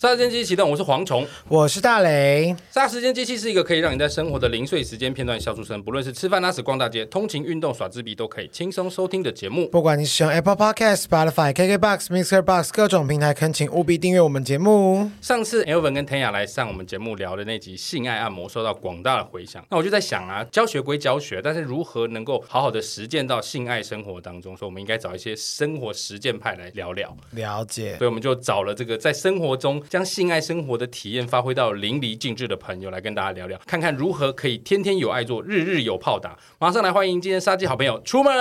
霎时间机器启动，我是蝗虫。我是大雷，霎时间机器是一个可以让你在生活的零碎时间片段笑出声，不论是吃饭、拉屎、逛大街、通勤、运动、耍自闭，都可以轻松收听的节目。不管你使用 Apple Podcast、Spotify、KKBox、Mixer Box 各种平台，恳请务必订阅我们节目。上次 Elvin 跟 Tanya 来上我们节目聊的那集性爱按摩，受到广大的回响。那我就在想啊，教学归教学，但是如何能够好好的实践到性爱生活当中？所以我们应该找一些生活实践派来聊聊。了解，所以我们就找了这个在生活中将性爱生活的体验发挥到淋漓尽致的朋友来跟大家聊聊，看看如何可以天天有爱做，日日有炮打。马上来欢迎今天杀鸡好朋友出门，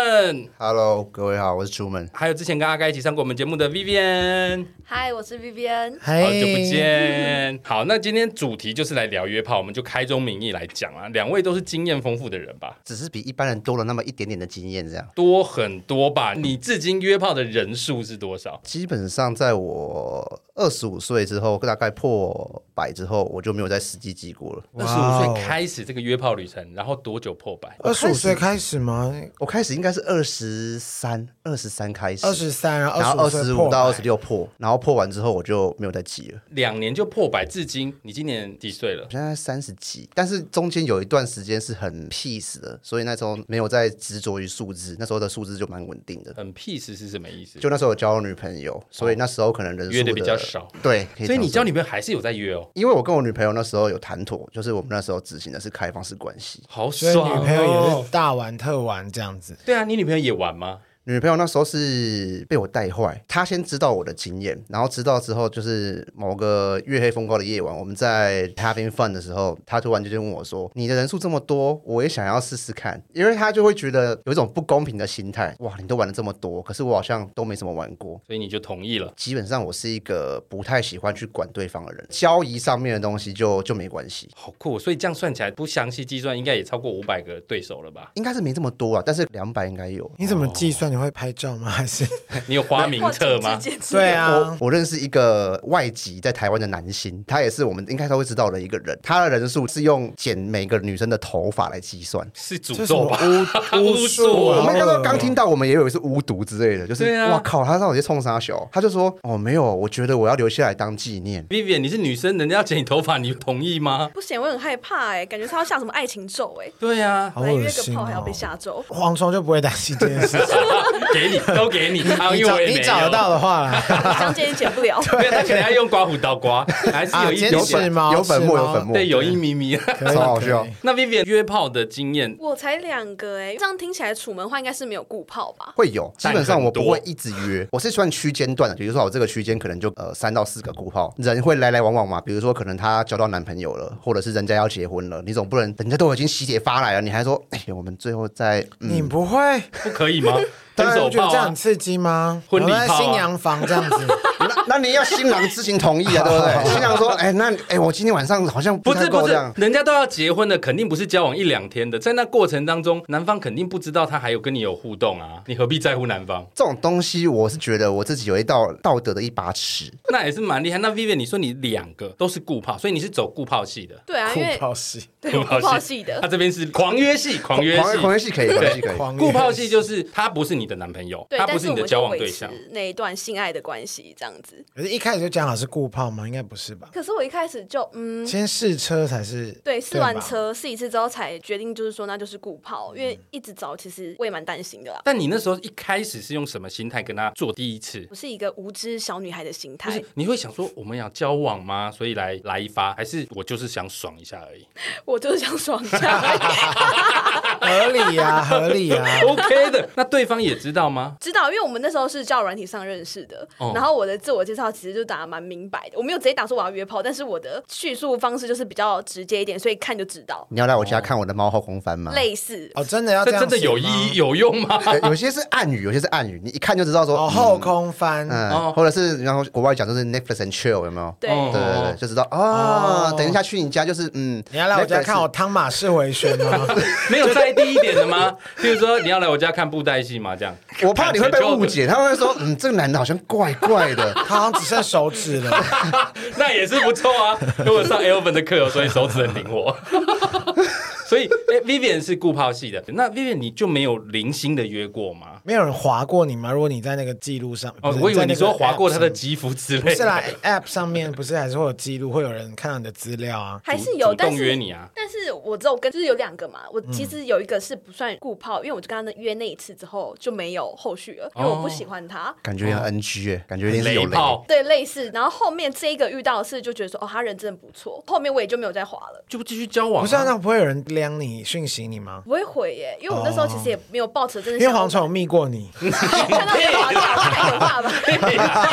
Hello，各位好，我是朱门。还有之前跟阿该一起上过我们节目的 Vivian，嗨，我是 Vivian。好好久不。见。好，那今天主题就是来聊约炮，我们就开宗明义来讲啊，两位都是经验丰富的人吧？只是比一般人多了那么一点点的经验，这样。多很多吧？你至今约炮的人数是多少？基本上在我二十五岁之后，大概破百之后，我就没有再实际记过了。二哇十哦五岁开始这个约炮旅程，然后多久破百？二十五岁开始吗？我开始应该是二十三，二十三开始，二十三，然后然后二二十十五到二十，六破，然后破完之后我就没有再记了。两年就破百，至今你今年几岁了我？现在三十几，但是中间有一段时间是很 peace 的，所以那时候没有再执着于数字，那时候的数字就蛮稳定的。很 peace 是什么意思？就那时候有交女朋友，所以那时候可能人数约得比较少，对，可所以这你样说交女朋友还是有在约哦，因为我跟我女朋友那时候有谈妥，就是我们那时候执行的是开放式关系。好所以爽、哦！女朋友也是大玩特玩这样子。对啊，你女朋友也玩吗？女朋友那时候是被我带坏，她先知道我的经验，然后知道之后，就是某个月黑风高的夜晚，我们在 having fun 的时候，她突然就问我说：“你的人数这么多，我也想要试试看。”因为她就会觉得有一种不公平的心态，哇，你都玩了这么多，可是我好像都没怎么玩过。所以你就同意了。基本上我是一个不太喜欢去管对方的人，交易上面的东西就就没关系。好酷哦、所以这样算起来，不详细计算，应该也超过五百个对手了 吧？应该是没这么多啊，但是两百应该有。你怎么计算？你会拍照吗？还是你有花名册哇吗？这简直对 啊？我认识一个外籍在台湾的男星，他也是我们应该都会知道的一个人。他的人数是用剪每个女生的头发来计算。是这诅是什咒么吧？ 巫巫术我啊？们刚好恶刚刚听到，我们也以为是巫毒之类的，就是对啊哇靠，他到底在冲啥小？他就说哦没有，我觉得我要留下来当纪念。 Vivian，你是女生，人家要剪你头发，你同意吗？不行，我很害怕哎、感觉他要下什么爱情咒哎、对啊，好来恶约个心炮还要被哦！下 咒。蝗虫就不会担心这件 事情。给你，都给你，啊，你因为找我也你没找得有。到的话啦， 相见也减不了，没有，他可能要用刮胡刀刮，还是有一点啊坚有持点，粉吗有粉末是吗有粉末，对，有一咪咪。可以超好笑可以那 Vivian 约炮的经验，我才两个哎、这样听起来楚门话应该是没有顾炮吧？会有，基但本上我不很多会一直约，我是算区间段的，比如说我这个区间可能就呃三到四个顾号，人会来来往往嘛，比如说可能她交到男朋友了，或者是人家要结婚了，你总不能人家都已经喜帖发来了，你还说哎、我们最后再你嗯，不会？不可以吗？分大家手会觉得炮这样很啊！刺激吗？婚礼我在炮啊新娘房这样子。那那你要新郎知情同意 啊，对不对？新娘说哎、那哎、我今天晚上好像不太是够不这是样，，人家都要结婚的，肯定不是交往一两天的，在那过程当中，男方肯定不知道他还有跟你有互动啊，你何必在乎男方？ 这种东西我是觉得我自己有一道道德的一把尺，那也是蛮厉害。那 Vivian，你说你两个都是固炮，所以你是走固炮系的， 对啊，因为酷炮系，对我顾炮系的他，这边是狂约系，狂约狂系，狂欢戏可以，狂欢戏可 以。狂野固炮系就是他不是你的男朋友，对，他不但是我你的们交就往维对持象，那一段性爱的关系这样子。可是一开始就讲好是固炮吗？应该不是吧？可是我一开始就嗯，先试车才是对，试吧完车试一次之后才决定，就是说那就是顾炮，嗯因为一直找其实我也蛮担心的啦。但你那时候一开始是用什么心态跟他做第一次？我是一个无知小女孩的心就态是，你会想说我们要交往吗？所以来来一发，还是我就是想爽一下而已我就是想爽一下 而已。合理呀、 合理啊呀、 ？OK 的，那对方也知道吗？知道，因为我们那时候是交友软体上认识的，哦然后我的自我介绍其实就打得蛮明白的，我没有直接打说我要约炮，但是我的叙述方式就是比较直接一点，所以看就知道，你要来我家看我的猫后空嗯翻吗？类似。哦，真的要这这样真的有试意吗义有用 吗？呃有些是暗语，有些是暗语，你一看就知道说哦，嗯后空翻、哦嗯，或者是然后国外讲就是 Netflix and chill 有没有？对，哦对对对，就知道啊哦。等一下去你家就是嗯，你要来我家看我 Netflix 汤马士回旋 吗？。没有再低一点的吗？ 比如说你要来我家看布袋戏吗？这样，我怕你会被误解，他们会说嗯，这个男的好像怪怪的他好像只剩手指了。那也是不错啊。因为我上 Elvin 的课，哦所以手指很灵活。所以，哎、v i v i a n 是固炮系的，那 Vivian 你就没有零星的约过吗？没有人划过你吗？如果你在那个记录上，哦不，是我以为在你那个说划过 app 他的上肌肤之不类是啦的， ，App 上面不是还是会有记录，会有人看到你的资料啊。还是主有，主但动约是你啊。但是我只有跟就是有两个嘛，我其实嗯有一个是不算顾泡，因为我就跟他约那一次之后就没有后续了，因为哦我不喜欢他。感哦觉有点 NG 哎、感觉有点是有雷雷。炮对，类似，然后后面这一个遇到的是，就觉得说，哦，他人真的不错。后面我也就没有再滑了，就不继续交往、啊。不是啊，那不会有人撩你讯息你吗？不会回耶，因为我那时候其实也没有抱持真的因想为要蝗虫有密过你，看到就滑掉，太可怕了吧。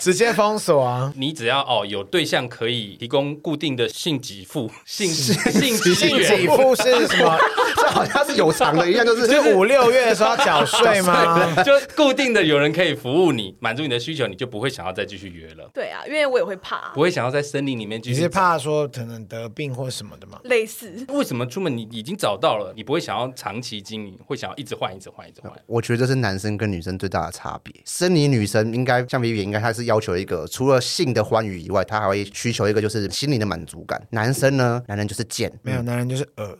直接封锁啊！你只要哦有对象可以提供固定的性给付、性性性性给源，付是什么？ 这好像是有偿的一样，就是 就是五六月的时候要缴税吗？就固定的有人可以服务你，满足你的需求，你就不会想要再继续约了， 对啊，因为我也会怕不，会想要在森林里面继你续是找。怕说可能得病或什么的吗？类似。为什么出门你已经找到了，你不会想要长期经营，会想要一直换、一直换、一直换？我觉得这是男生跟女生最大的差别。生理女生应该像 Vivi，应该她是要求一个除了性的欢愉以外，她还会需求一个就是心灵的满足感。男生呢，男人就是贱，没有，男人就是呃恶。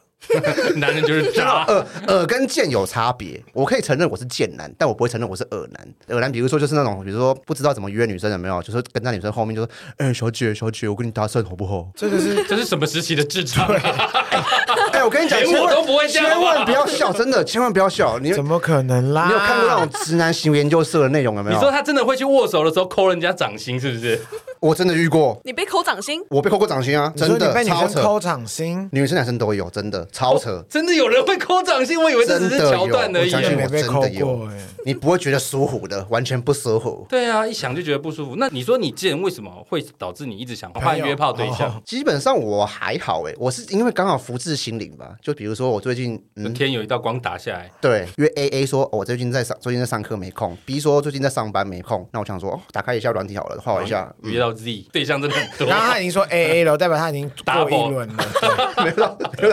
男人就是渣，呃 呃跟贱有差别。我可以承认我是贱男，但我不会承认我是恶男。恶男，比如说就是那种，比如说不知道怎么约女生有没有，就是跟在女生后面就说，哎、小姐小姐，我跟你搭讪好不 好？这就是这是什么时期的智障、啊？哎、我跟你讲，连千我万都不会这样啊千万吧不要笑，真的，千万不要笑。你怎么可能啦？你有看过那种直男行为研究社的内容有没你说有？他真的会去握手的时候抠人家掌心，是不是？我真的遇过，你被抠掌 心，我被扣过掌心啊，你说真你的被女超生扯。抠掌心，女生男生都有，真的 超扯。真的有人会抠掌心？我以为这只是真的有桥段而已我相你信耶。没被抠我真的有过哎。你不会觉得舒服的，完全不舒服。对啊，一想就觉得不舒服。那你说你贱，为什么会导致你一直想朋换友约炮对象？哦基本上我还好诶、我是因为刚好福至心灵吧。就比如说我最近，就嗯，天有一道光打下来，对，约 A A 说，哦我最近在上，最近在上课没空。B 说最近在上班没空。那我想说，哦，打开一下软体好了，画我一下。约到 Z 对象真的很嗯 然后多，他已经说 A A 了，代表他已经过 Double 一轮了， 没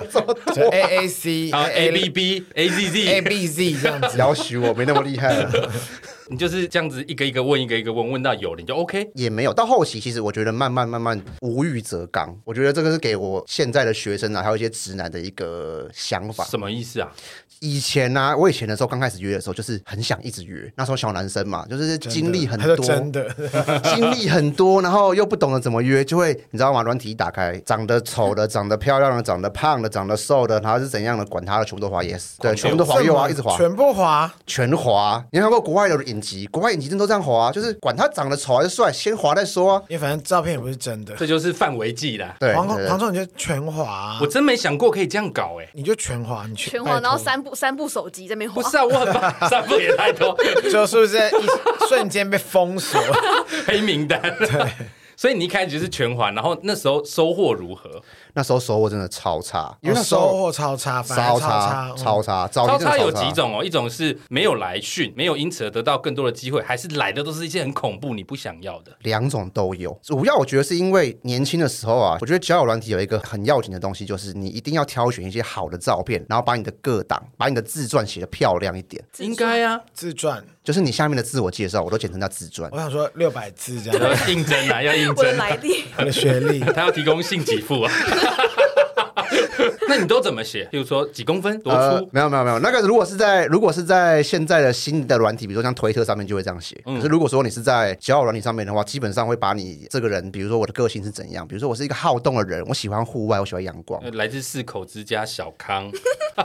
有 A A C 然后 A B B 哎 A Z Z，A B Z 这样不子。要许我，没那么厉害、你就是这样子一个一个问，一个一个问，问到有了你就 OK。 也没有。到后期，其实我觉得慢慢慢慢无欲则刚。我觉得这个是给我现在的学生啊，还有一些直男的一个想法。什么意思啊？以前呢、我以前的时候刚开始约的时候，就是很想一直约。那时候小男生嘛，就真的是经历很他说多，真的， 经历很多，然后又不懂得怎么约，就会你知道吗？软体一打开，长得丑的、长得漂亮的、长得胖的、长得瘦的，然后是怎样的，管他的，全部都滑 yes，狂对，哦全部都滑右啊，一直滑，全部滑，全滑。你有看过国外的影集？国外影集真的都这样滑、啊，就是管他长得丑还是帅，先滑再说啊。因为反正照片也不是真的。这就是范围计啦。对，黄对对黄总，你就全滑我，真没想过可以这样搞哎、你就全滑，你去全拜滑，托然后三部三部手机在那边滑不。是啊，我很 怕三步也太多，就是不是在一瞬间被封锁？黑名单。 所以你一开始就是全环，然后那时候收获如何？那时候收获真的超差， 因为那时收候获超差，反而超差嗯差，嗯超差，早超期真差的有差啊几种哦，一种是没有来讯，没有因此而得到更多的机会，还是来的都是一些很恐怖你不想要的。两种都有，主要我觉得是因为年轻的时候啊，我觉得交友软体有一个很要紧的东西，就是你一定要挑选一些好的照片，然后把你的个档、把你的自传写的漂亮一点，自应该啊，自传，就是你下面的自我介绍，我都简称叫自传我。想说六百字这要样，应征啊，要应我的征。来历， 我的学 历。他要提供性给付啊。那你都怎么写？比如说几公分多呃粗，，没有没有没有，那个如果是在如果是在现在的新的软体，比如说像推特上面就会这样写。嗯可是如果说你是在交友软体上面的话，基本上会把你这个人，比如说我的个性是怎样，比如说我是一个好动的人，我喜欢户外，我喜欢阳光，呃来自四口之家小康，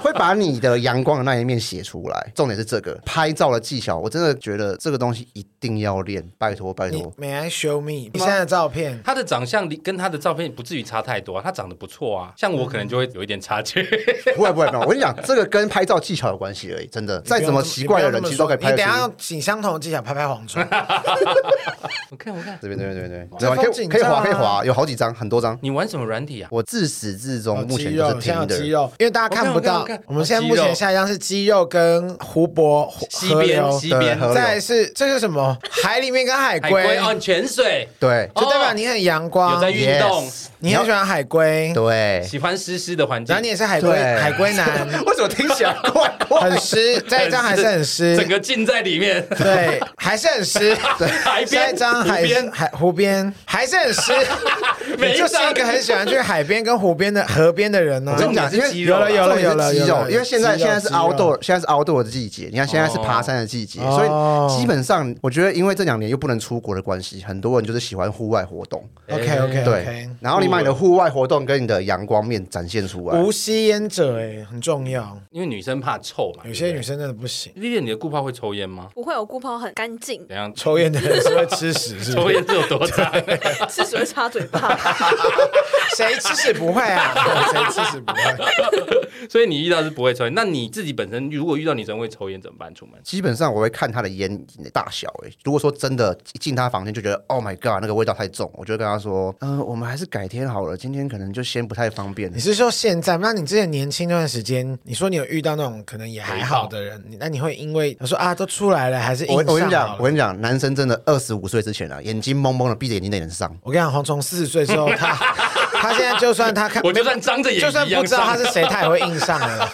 会把你的阳光的那一面写出来。重点是这个拍照的技巧，我真的觉得这个东西一定要练，拜托拜你托。 May I show me 你现在的照片？他的长相离跟他的照片不至于差太多啊，他长得不错啊，像我可能就会有一点差距。嗯不会不会不会，我跟 你讲，这个跟拍照技巧有关系而已，真的。再怎么奇怪的人，其实都可以拍你得等一下出。用请相同的技巧拍拍蝗 虫，我看，我看，这边这边这边这这边，可风以景可以照啊滑可以滑，有好几张，很多张。你玩什么软体啊？我自始至终目哦肌前就肉，是现在有听肌的。肉，因为大家看不我看到我看我看。我们现在哦目肌前肉下一张是肌肉跟湖泊河西河边，流，西边，河流再来是这是什么？海里面跟海海龟龟，哦，潜水，对就代表你很阳光哦有在，运动， Yes 你很喜欢海龟。对，喜欢湿湿的环环境然后，你也是海归，对海归男， 为什么听起来怪怪？很湿，这一张还是 很湿，整个浸在里面，对，还是很湿。 海下边、一张湖海边，海湖边还是很湿， 每 你一就是张一个很喜欢去海边跟湖边的河边的人呢、哦我这种跟你讲，是因为肌肉有了有了有了啊重点是肌有了肉，因为现在肌肉现在是肌肉 outdoor，现在是 outdoor 的季节。你看现在是爬山的季节，哦所以基本上我觉得，因为这两年又不能出国的关系，很多人就是喜欢户外活动。 OK OK 对 OK，，然后你把哦你的户外活动跟你的阳光面展现出来。无吸烟者哎、很重要。因为女生怕臭嘛。有些对女不生真的不行，对，丽丽，你的顾泡会抽烟吗？不会，我顾泡很干 净，怎样？抽烟的人是会吃屎是不抽是？烟是有 多脏？吃只会插嘴巴。 谁吃屎不会啊？谁吃屎不会？ 所以你遇到是不会抽烟。那你自己本身如果遇到女生会抽烟怎么办？出门？基本上我会看他的烟瘾的大小、欸，如果说真的一进他房间就觉得 Oh my God，那个味道太重，我就会跟他说，嗯、我们还是改天好了，今天可能就先不太方便你。是说现在？那你之前年轻那段时间，你说你有遇到那种可能也还好的人，你那你会因为他说啊都出来了，还是硬我我跟上你好讲，了我跟你讲，男生真的二十五岁之前啊，眼睛蒙蒙的，闭着眼睛在脸上。我跟你讲，黄虫四十岁之后，他他现在就算他看我就算张着眼，就算不知道他是，谁，他也会硬上 了，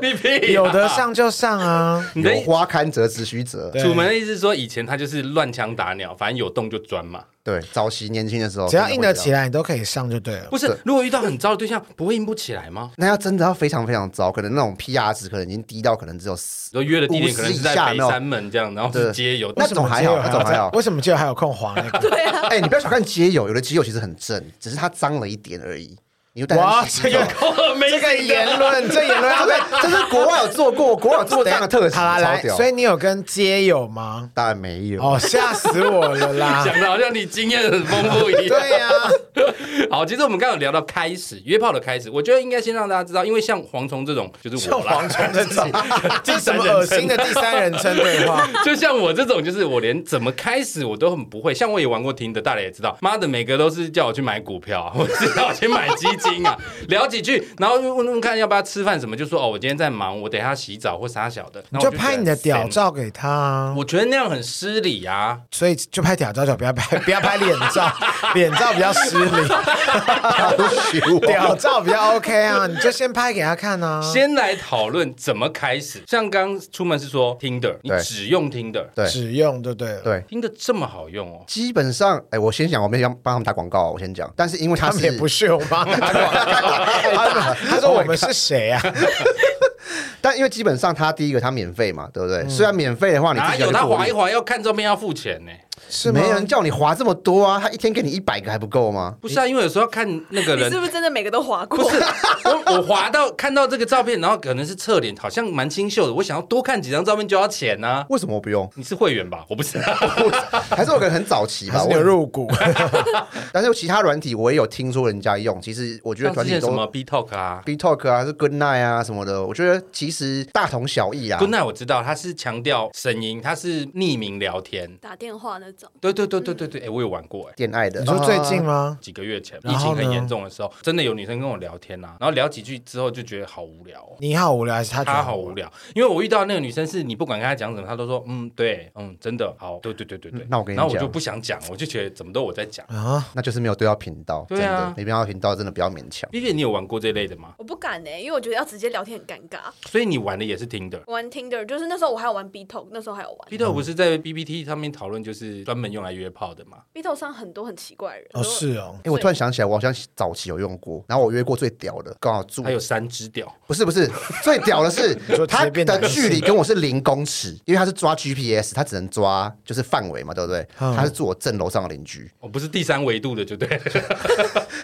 你屁有的啊。上就上啊。你的有花堪折直须折，对楚门的意思是说，以前他就是乱枪打鸟，反正有洞就钻嘛。对，早期年哦轻的时候，只要硬得起来，来，你都可以上就对了。不是，如果遇到很糟的对象，不会硬不起来吗？那要真的要非常非常糟，可能那种 PR 值可能已经低到可能只有 四，说约的地点可能是在五十以下北没有山门这样，然后是对街友， 那为什么种还街友好那种还好为什么就还有空黄那个？ 对啊，哎、你不要小看街友，有的街友其实很正，只是他脏了一点而已。你就带他哇，一起这个这这个言论，这言论要被这是国外有做过，国外有做过这样的特质，好啦，超来，屌。所以你有跟街友吗？当然没有，哦，吓死我了啦！讲的好像你经验很丰富一样。 对啊呀、 好，其实我们刚刚有聊到开始约炮的开始，我觉得应该先让大家知道，因为像蝗虫这种就是像我啦，蝗虫这种， 这第是什三么人恶心称的。第三人称对话？ 就像我这种，就是我连怎么开始我都很不会。像我也玩过听的，大家也知道，妈的，每个都是叫我去买股票、啊，或 者是叫我去买基金 啊，聊几句，然后问问看要不要吃饭什么，就说哦，我今天在忙，我等一下洗澡或啥小的，你然后就我觉得拍你的屌照给他、啊，我觉得那样很失礼啊。所以就拍屌照就不要拍，不要拍脸照，脸照比较失礼，要 羞屌照比较 OK 啊，你就先拍给他看啊。先来讨论怎么开始。像刚出门是说 Tinder，你对只用 Tinder，对只用对不对了？对。 ，Tinder 这么好用哦。基本上，哎、我先讲，我没想帮他们打广告，我先讲。但是因为他他是们也不是我妈打广告，他他说我们是谁啊？但因为基本上他第一个他免费嘛，对不对？嗯虽然免费的啊话，你自哪己要有去他过划滤一划要看照片要付钱呢？是吗没人叫你划这么多啊！他一天给你一百个还不够吗？不是啊，因为有时候要看那个你是人不，是真的每个都划过不？是我我滑到看到这个照片，然后可能是侧脸，好像蛮清秀的，我想要多看几张照片就要钱呢、啊。为什么我不用？你是会员吧？我不是、 啊还是我可能很早期还吧。 是你有我入股？但是其他软体我也有听说人家用，其实我觉得像软之前体什都么 B Talk 啊。 B Talk 啊，还是 Good Night 啊什么的，我觉得其实大同小异啊。 Good night，我知道他是强调声音，他是匿名聊天。打电话那种，对对对对对对，哎、我有玩过哎、恋爱的，你说最近啊吗？几个月前疫然后情呢很严重的时候，真的有女生跟我聊天啊，然后聊几句之后就觉得好无聊、哦。你好无聊还是他？她好无。聊，因为我遇到那个女生是你不管跟她讲什么，她都说嗯对嗯真的好对对对对对。嗯那我跟你然后我讲就不想讲，我就觉得怎么都我在讲。啊，那就是没有对到频道，对啊真的没对到频道，真的不要勉强。毕竟你有玩过这类的吗？我不敢呢、欸因为我觉得要直接聊天很尴尬。所以你玩的也是听的。我玩 Tinder 就是那时候我还有玩 B Talk，那时候还有玩 Peter 嗯不是在 B B T 上面讨论就是专门用来约炮的嘛？ B Talk 上很多很奇怪的人。哦比如是哦，哎、我突然想起来，我好像早期有用过，然后我约过最屌的，刚好住还有三只屌，不是不是最屌 的是说直它接变的男性距离跟我是零公尺，因为它是抓 GPS，它只能抓就是范围嘛，对不对？嗯它是住我正楼上的邻居，哦我不是第三维度的，就对。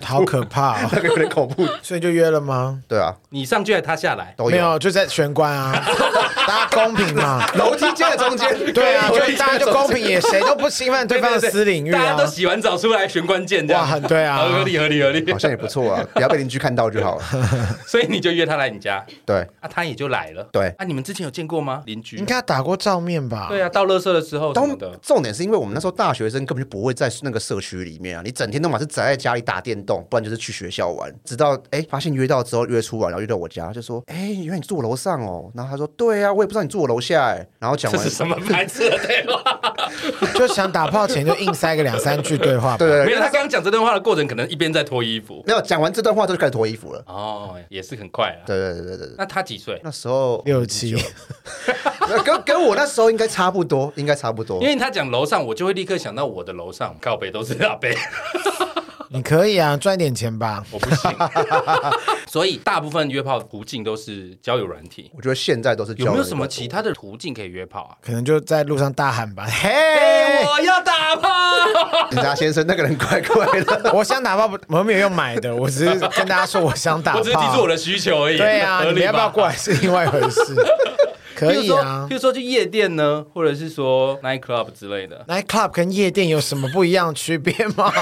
好可怕哦。 那个有点恐怖。所以就约了吗？对啊， 你上去了，他下来，都没有，就在玄关啊，大家公平嘛。楼梯间的 中间，对啊，楼就梯间大家的就中公平，也谁都不侵犯对方的私领域大家啊都。洗完澡出来玄关见这哇，样，很对啊， 合理合理合理间。好像也不错啊，不要被邻居看到就 好了。所以你就约他来你家，对啊，他也就来了。对啊，你们之前有见过吗？邻居？应该打过照面吧？对啊，到垃圾的时候什么当的。重点是因为我们那时候大学生根本就不会在那个社区里面啊，你整天都嘛是宅在家里打电动，不然就是去学校玩。直到哎、发现约到之后约出来，然后约到我家，就说哎、原来你住我楼上欸哦。然后他说对啊，我也不知道你住我楼下哎、然后讲这完是什么白痴的对话？ 就就想打炮前就硬塞个两三句对话吧。对对没对，有，他刚刚讲这段话的过程，可能一边在脱衣服。没有讲完这段话就开始脱衣服了。哦，也是很快啊。哦对对对对对，那他几岁？那时候六七， 跟跟我那时候应该差不多，应该差不多因。为他讲楼上，我就会立刻想到我的楼上，靠北都是阿北，你可以啊，赚点钱吧。 我不行。 所以大部分约炮途径都是交友软体。我觉得现在都是有交没友有比什较么多其他的途径可以约炮啊？可能就在路上大喊吧，嘿、哎，我要打炮！警察先生那个人怪怪 的。我想打炮不，我没有用买的，我只是跟大家说我想打炮。我只是提出我的需求而已。对啊，合你理们要不要吧过来是另外一回 事。可比以啊如说，比如说去夜店呢，或者是说 night club 之类的。 ，night club 跟夜店有什么不一样的区别吗？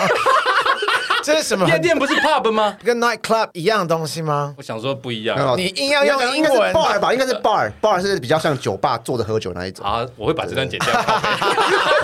这是什么？夜店不是 pub 吗？跟 night club 一样的东西吗？我想说不一样。没有你硬要用英文应该是 bar 吧？应该是 bar，bar 是比较像酒吧坐着喝酒那一种。好，啊我会把这段剪掉。 啊靠北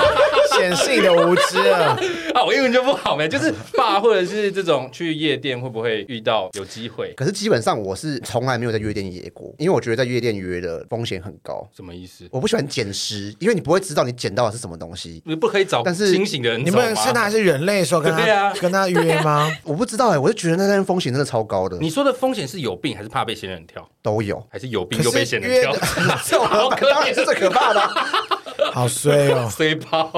显示你的无知了。啊，我英文就不好没，就是爸或者是这种去夜店会不会遇到有机会？可是基本上我是从来没有在夜店约过，因为我觉得在夜店约的风险很高。什么意思？我不喜欢捡尸，因为你不会知道你捡到的是什么东西。你不可以找但是清醒的人你走们吗？趁他还是人类的时候跟他、对啊跟他约吗？ 我不知道哎、我就觉得那段风险真的超高的。你说的风险是有病还是怕被仙人跳，都有，还是有病可就是被仙人约跳的？这种好可当然是怜，最可怕的啊、好衰哦。随包。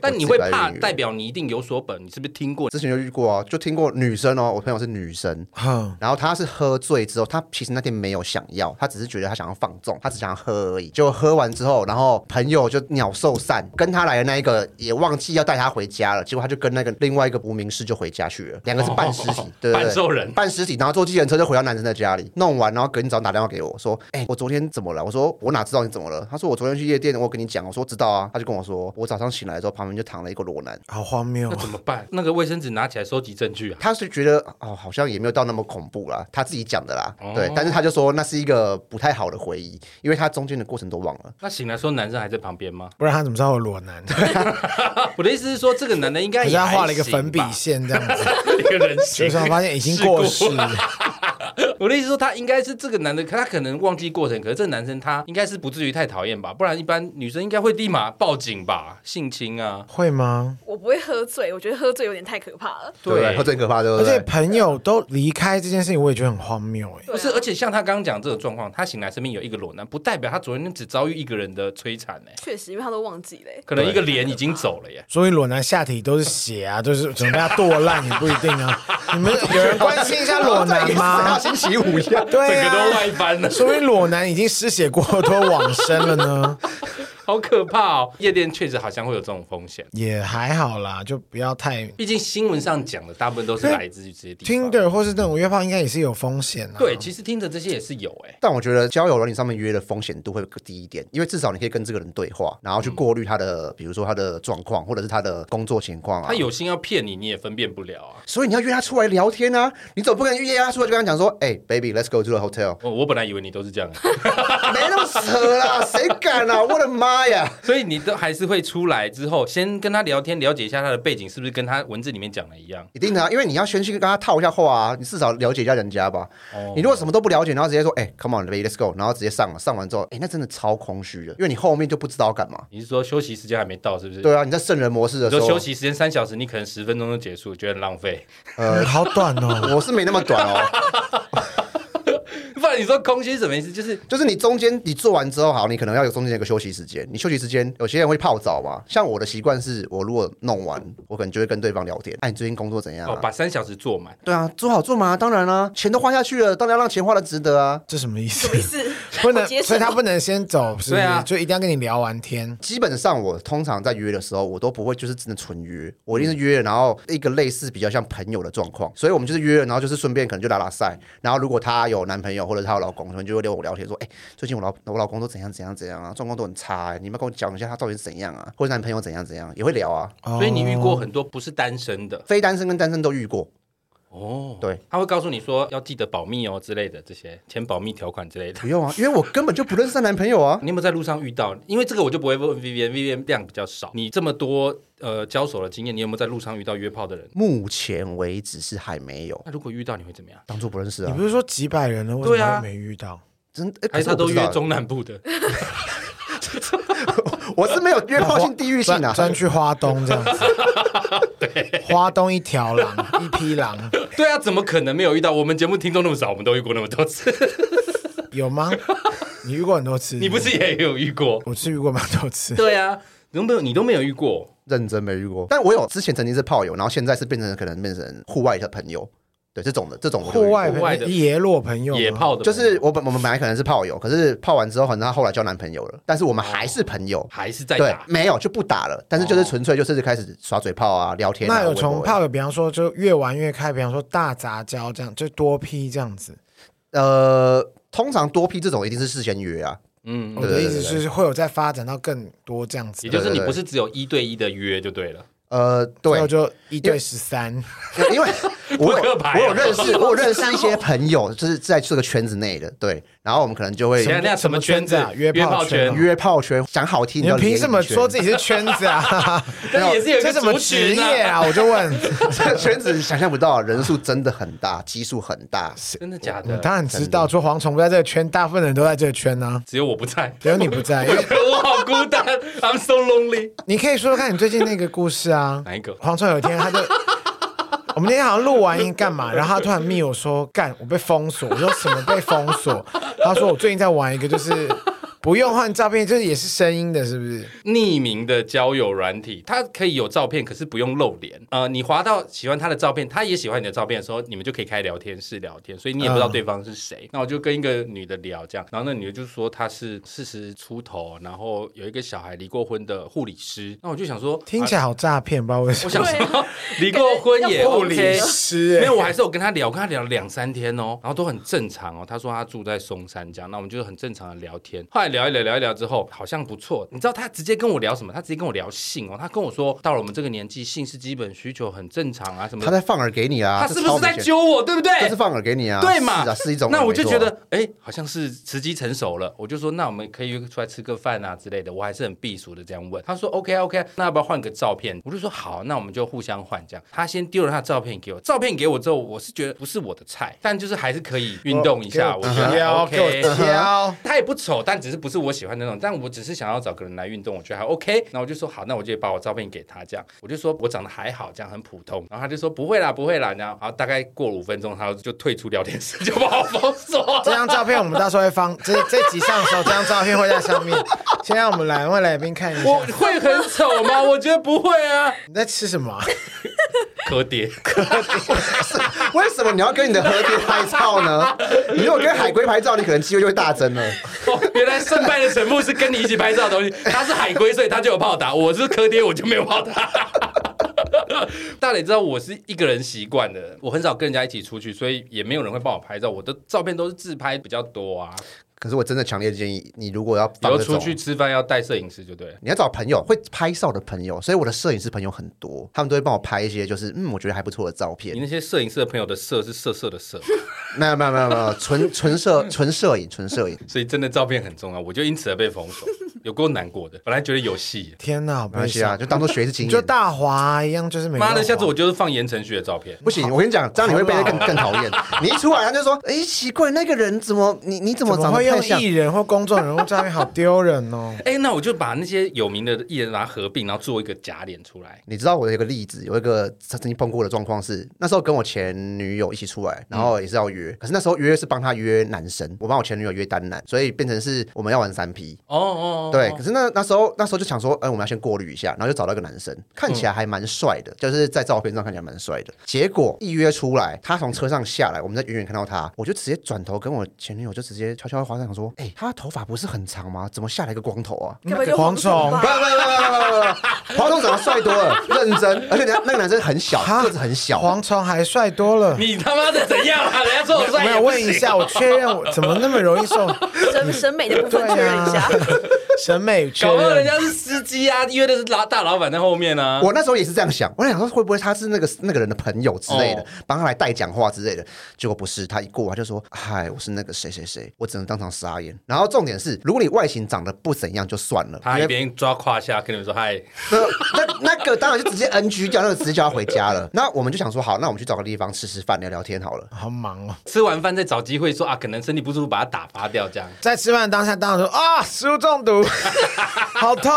但你会怕，代表你一定有所本。你是不是听过？之前就遇过啊，就听过女生哦，我朋友是女生。哼，然后她是喝醉之后，她其实那天没有想要，她只是觉得她想要放纵，她只想要喝而已。就喝完之后，然后朋友就鸟兽散，跟她来的那一个也忘记要带她回家了，结果她就跟那个另外一个无名氏就回家去了，两个是 半尸体，哦对对对，半兽人半尸体，然后坐计程车就回到男生的家里，弄完，然后隔天早上打电话给我说，哎、我昨天怎么了？我说我哪知道你怎么了？他说我昨天去夜店，我跟你讲，我说知道啊，他就跟我说，我早上醒来的时候旁边就躺了一个裸男。好荒谬那哦。怎么办？那个卫生纸拿起来收集证据啊！他是觉得哦，好像也没有到那么恐怖啦，他自己讲的啦，哦对。但是他就说那是一个不太好的回忆，因为他中间的过程都忘了。那醒来说男生还在旁边吗？ 不然他怎么知道我裸男？啊我的意思是说，这个男的应该可也是他画了一还个行吧粉笔线这样子， 一个人形。结果发现已经过世。我的意思说，他应该是这个男的，可他可能忘记过程，可是这个男生他应该是不至于太讨厌吧，不然一般女生应该会立马报警吧，性侵啊，会吗？我不会喝醉，我觉得喝醉有点太可怕了。对不对，他最可怕，对而不且对？朋友都离开这件事情，我也觉得很荒谬哎、不对啊是，而且像他刚刚讲这个状况，他醒来身边有一个裸男，不代表他昨天只遭遇一个人的摧残呢、确实，因为他都忘记了欸。 可能一个脸已经走了耶。所以裸男下体都是血啊，就是准备要剁烂也不一定 啊。你们有人关心一下裸男吗，好？像星期五一样对整个都啊，外翻了，说明裸男已经失血过多往生了呢，好可怕哦！夜店确实好像会有这种风险，也还好啦，就不要太毕竟新闻上讲的大部分都是来自于这些地方。 Tinder 或是那种约炮，应该也是有风险啊。对，，其实听着这些也是有哎、但我觉得交友软体上面约的风险度会低一点，因为至少你可以跟这个人对话，然后去过滤他的，比如说他的状况，或者是他的工作情况啊。他有心要骗你，你也分辨不了啊。所以你要约他出来聊天啊，你总不可能约他出来就跟他讲说，哎、b a b y l e t s go to the hotel， 我我本来以为你都是这样的，没那么扯啦，谁敢啊？我的妈呀！所以你都还是会出来之后，先跟他聊天，了解一下他的背景是不是跟他文字里面讲的一样。一定 的、啊，因为你要先去跟他套一下话啊，你至少了解一下人家吧。哦你如果什么都不了解，然后直接说，哎、c o m e on baby，let's go，然后直接上了，上完之后，哎、那真的超空虚的，因为你后面就不知道干嘛。你是说休息时间还没到，是不是？。对啊，你在圣人模式的你时说候，休息时间三小时，你可能十分钟就结束，觉得很浪费。 呃，好短哦。 我是没那么短哦， 不然你说空虚是什么意思？就是就是你中间你做完之后，好，你可能要有中间有个休息时间。你休息时间，有些人会泡澡嘛，像我的习惯是，我如果弄完，我可能就会跟对方聊天，哎、你最近工作怎样、哦，啊？把三小时做满。对啊，做好做嘛，当然啦、啊钱都花下去了，当然要让钱花的值得啊。这什么意思？什？么意思不我能，节所省以他不能先走，是不对是？啊就一定要跟你聊完天。基本上我通常在约的时候，我都不会就是真的纯约，我一定是约了，然后一个类似比较像朋友的状况，所以我们就是约了，然后就是顺便可能就拉拉赛，然后如果她有男朋友或者她有老公，可能就会聊我聊天说，哎、最近我老我老公都怎样怎样怎样啊，状况都很差、欸，你们跟我讲一下他到底是怎样啊，或者男朋友怎样怎样，也会聊啊，所以你遇过很多不是单身的非单身跟单身都遇过，哦，对，他会告诉你说要记得保密哦之类的，这些签保密条款之类的。不用啊，因为我根本就不认识她男朋友啊， 你有没有在路上遇到？因为这个我就不会问 Vivian，Vivian 量比较少。你这么多呃交手的经验，你有没有在路上遇到约炮的人？目前为止是还没有，那如果遇到，你会怎么样？当做不认识你啊不，是说几百人了，为对什啊么没遇到？真、欸、还可是是他我都不知道约中南部的？我是没有约炮性地域性啊专，专去花东 这样子。对，花东一条狼，一 匹狼， 对啊，怎么可能没有遇到？我们节目听众那么少，我们都遇过那么多 次，有吗？你遇过很多次？你不是？也有遇过？我是遇过蛮多次。对啊，你都没有，你都没有遇过。认真没遇过。但我有之前曾经是炮友，然后现在是变成可能变成户外的朋友，对这种的这种我就遇户过外户外的朋友野落朋友吗，野炮的就是我本我们本来可能是炮友，可是炮完之后，可能她后来交男朋友了，但是我们还是朋友。还是在对打，，没有就不打了，但是就是纯粹就是开始耍嘴炮啊，聊天、啊。那有微博从炮友，比方说就越玩越开，比方说大杂交这样，就多批这样子。呃，通常多批这种一定是事先约啊，嗯，嗯我的对意思是会有再发展到更多这样子也的，就是你对对对不是只有一对一的约就对了。呃，对最后，就一因对为十三，因为扑我克有牌啊我有 认识我有认识一些朋友，就是在这个圈子内的，对，然后我们可能就会等一下，那什么圈子什么圈子啊？约炮炮圈啊约炮圈，讲好听你叫们凭联谊什么圈说自己是圈子啊？ 但也是有一 这个什么族职群啊业啊？我就问， 这 个圈子想象不到，人数真的很大，基数很大。真的假嗯的？当然知道，说蝗虫不在这个圈，大部分人都在这个圈呢、，只有我不在只有你不在。因为 我好孤单，I'm so lonely。你可以说说看你最近那个故事啊。哪一个蝗虫有一天他就， 我们那天好像录完音干嘛，然后他突然密我说干，我被封锁。我说什么被封锁？他说我最近在玩一个，就是不用换照片，就是也是声音的，是不是？匿名的交友软体，它可以有照片，可是不用露脸。呃，你滑到喜欢他的照片，他也喜欢你的照片的时候，你们就可以开聊天室聊天，所以你也不知道对方是谁。那我就跟一个女的聊，这样，然后那女的就说她是四十出头，然后有一个小孩离过婚的护理师。那我就想说，听起来、来好诈骗，不知道为什我么。想对说 离过婚也要护 OK 理师、哎没欸有，，我还是有跟他聊，我跟他聊了两三天哦，然后都很正常哦。他说他住在松山这样，那我们就是很正常的聊天。后来聊一聊，聊一聊之后，好像不错。你知道他直接跟我聊什么？他直接跟我聊性哦，他跟我说到了我们这个年纪，性是基本需求，很正常啊什么他的。在放饵给你啊，他这是不超是在明显？揪我？对不对？这是放饵给你啊，对嘛？是啊，是一种。那我就没觉错啊得，哎、好像是时机成熟了。我就说，那我们可以约出来吃个饭啊之类的。我还是很避俗的这样问。他说，OK 啊 OK，啊那要不要换个照片？我就说好，啊那我们就互相换这样。他先丢了他的照片给我，照片给我之后，我是觉得不是我的菜，但就是还是可以运动一下。我觉得挑，给 OK。嗯我挑。他也不丑，但只是不是我喜欢的那种。但我只是想要找个人来运动，我觉得还 OK。那我就说好，那我就把我照片给他，这样我就说我长得还好，这样很普通。然后他就说不会啦，不会啦。然后好，大概过了五分钟，他就退出聊天室，就把我封锁这了。张照片我们到时候会放，这这集上的时候，这张照片会在上面。 现在我们来问来宾看一下，我会很丑吗？我觉得不会啊。 你在吃什么啊？柯爹，为什么你要跟你的河边拍照 呢？你如果跟海龟拍照，你可能机会就会大增了。哦，原来胜败的神父是跟你一起拍照的东西。他是海龟，所以他就有炮打；我是柯爹，我就没有炮打。 大磊知道我是一个人习惯的，我很少跟人家一起出去，所以也没有人会帮我拍照。我的照片都是自拍比较多啊。可是我真的强烈建议，你如果要比放如这出种去，吃饭要带摄影师就对了。你要找朋友会拍照的朋友，所以我的摄影师朋友很多，他们都会帮我拍一些就是嗯，我觉得还不错的照你片。那些摄影师的朋友的色是色色的色，没有没有没有没有，纯纯摄纯摄影纯摄影。所以真的照片很重要。我就因此而被封锁， 有够难过的。本来觉得有戏，天哪，好没关悲系啊，伤！就当做学一次经你就验。大华啊一样，就是没。妈的，下次我就是放言承旭的照片。不行，我跟你讲，这样你会被好老更更讨 厌。你一出来，他就说：“哎，奇怪，那个人怎么你你怎么怎么长得会太用像艺人或公众人物照片，好丢人 哦！哎、那我就把那些有名的艺人把它合并，然后做一个假脸出来？”。你知道我有一个例子，有一个曾经碰过的状况是，那时候跟我前女友一起出来，然后也是要约，可是那时候约是帮她约男生，我帮我前女友约单男，所以变成是我们要玩三 P。哦哦，哦对，可是那那时候那时候就想说，哎、我们要先过滤一下，然后就找到一个男嗯生，看起来还蛮帅的，就是在照片上看起来蛮帅的。结果一约出来，他从车上下来，我们在远远看到他，我就直接转头跟我前女友就直接悄悄地划上说，哎、他头发不是很长吗？怎么下来一个光头 啊？该不会就蝗虫虫不吧？不不不不不不，黄总长得帅多了，认真，而且那那个男生很小，哈个子很小，蝗虫还帅多了。你他妈的怎样啊？人家说我帅没也有不问行一下，我确认我怎么 那么容易受审审美的部对分确认一下啊，审美确搞不好人认家。是司机啊，约的是老大老板在后面啊。我那时候也是这样想，我在想说会不会他是那个那个人的朋友之类的哦，帮、他来代讲话之类的。结果不是，他一过来就说：“嗨，我是那个谁谁谁。”我只能当场傻眼。然后重点是，如果你外形长得不怎样就算了，他因一为边抓胯下跟你们说嗨，那那那个当然就直接 NG 掉，那个直接叫他回家了。那我们就想说，好，那我们去找个地方吃吃饭、聊聊 天好了。好忙哦。吃完饭再找机会说啊，可能身体不舒服，把它打发掉这样。 在吃饭的当下，当然说啊，食物中毒，好痛！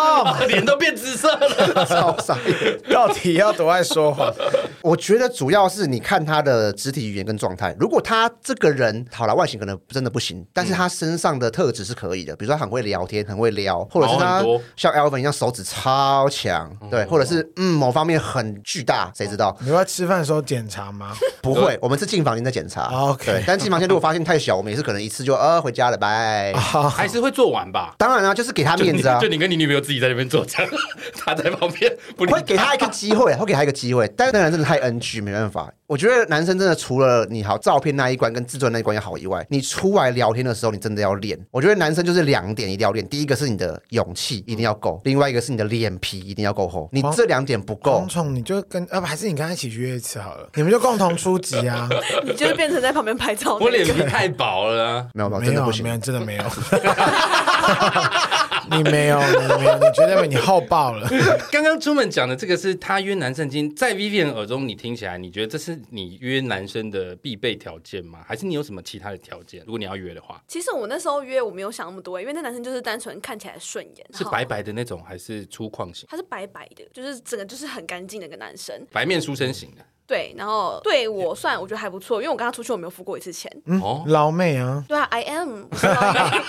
脸都变紫色了。超傻眼。到底要多爱说谎？我觉得主要是你看他的肢体语言跟状态。如果他这个人好了，外形可能真的不行，但是他身上的特质是可以的，比如说他很会聊天，很会撩，或者是毛他很多像 Alvin 一样手指超强，对，或者是嗯某方面很巨大，谁知嗯道？你们要吃饭的时候检查吗？不会，我们是进房间再检查。啊 OK 对但进房间如果发现太小，我们也是可能一次就呃回家了，拜。好，还是会做完吧。当然啦、就是给他哦面子啊啊就你，就你跟你女朋友自己在那边做这样， 他在旁边不理会给他一个机会，会 给他一个机会，但是那人真的太 NG，没办法。我觉得男生真的除了你好照片那一关跟自尊那一关要好以外，你出来聊天的时候，你真的要练。我觉得男生就是两点一定要练，第一个是你的勇气一定要够，另外一个是你的脸皮一定要够哦厚。你这两点不 够蝗，啊虫，你就跟要不还是你跟他一起约一次好了，你们就共同出击 啊！ 你就是变成在旁边拍照那个。我脸皮太薄了啊、没有没有，没真的有不啊，行没。有，真的没有。 你没有，你没有，你绝对没，你厚爆了。 刚刚朱门讲的这个是他约男生经，在 Vivian 耳中，你听起来，你觉得这是你约男生的必备条件吗？还是你有什么其他的条件？如果你要约的话，其实我那时候约我没有想那么多，欸因为那男生就是单纯看起来顺眼，是好白，白的那种，还是粗犷型？他是白白的，就是整个就是很干净的一个男生。白面书生型的、对，然后对我算我觉得还不错，因为我跟他出去我没有付过一次钱。哦。老妹啊，对啊，I am，我 是老板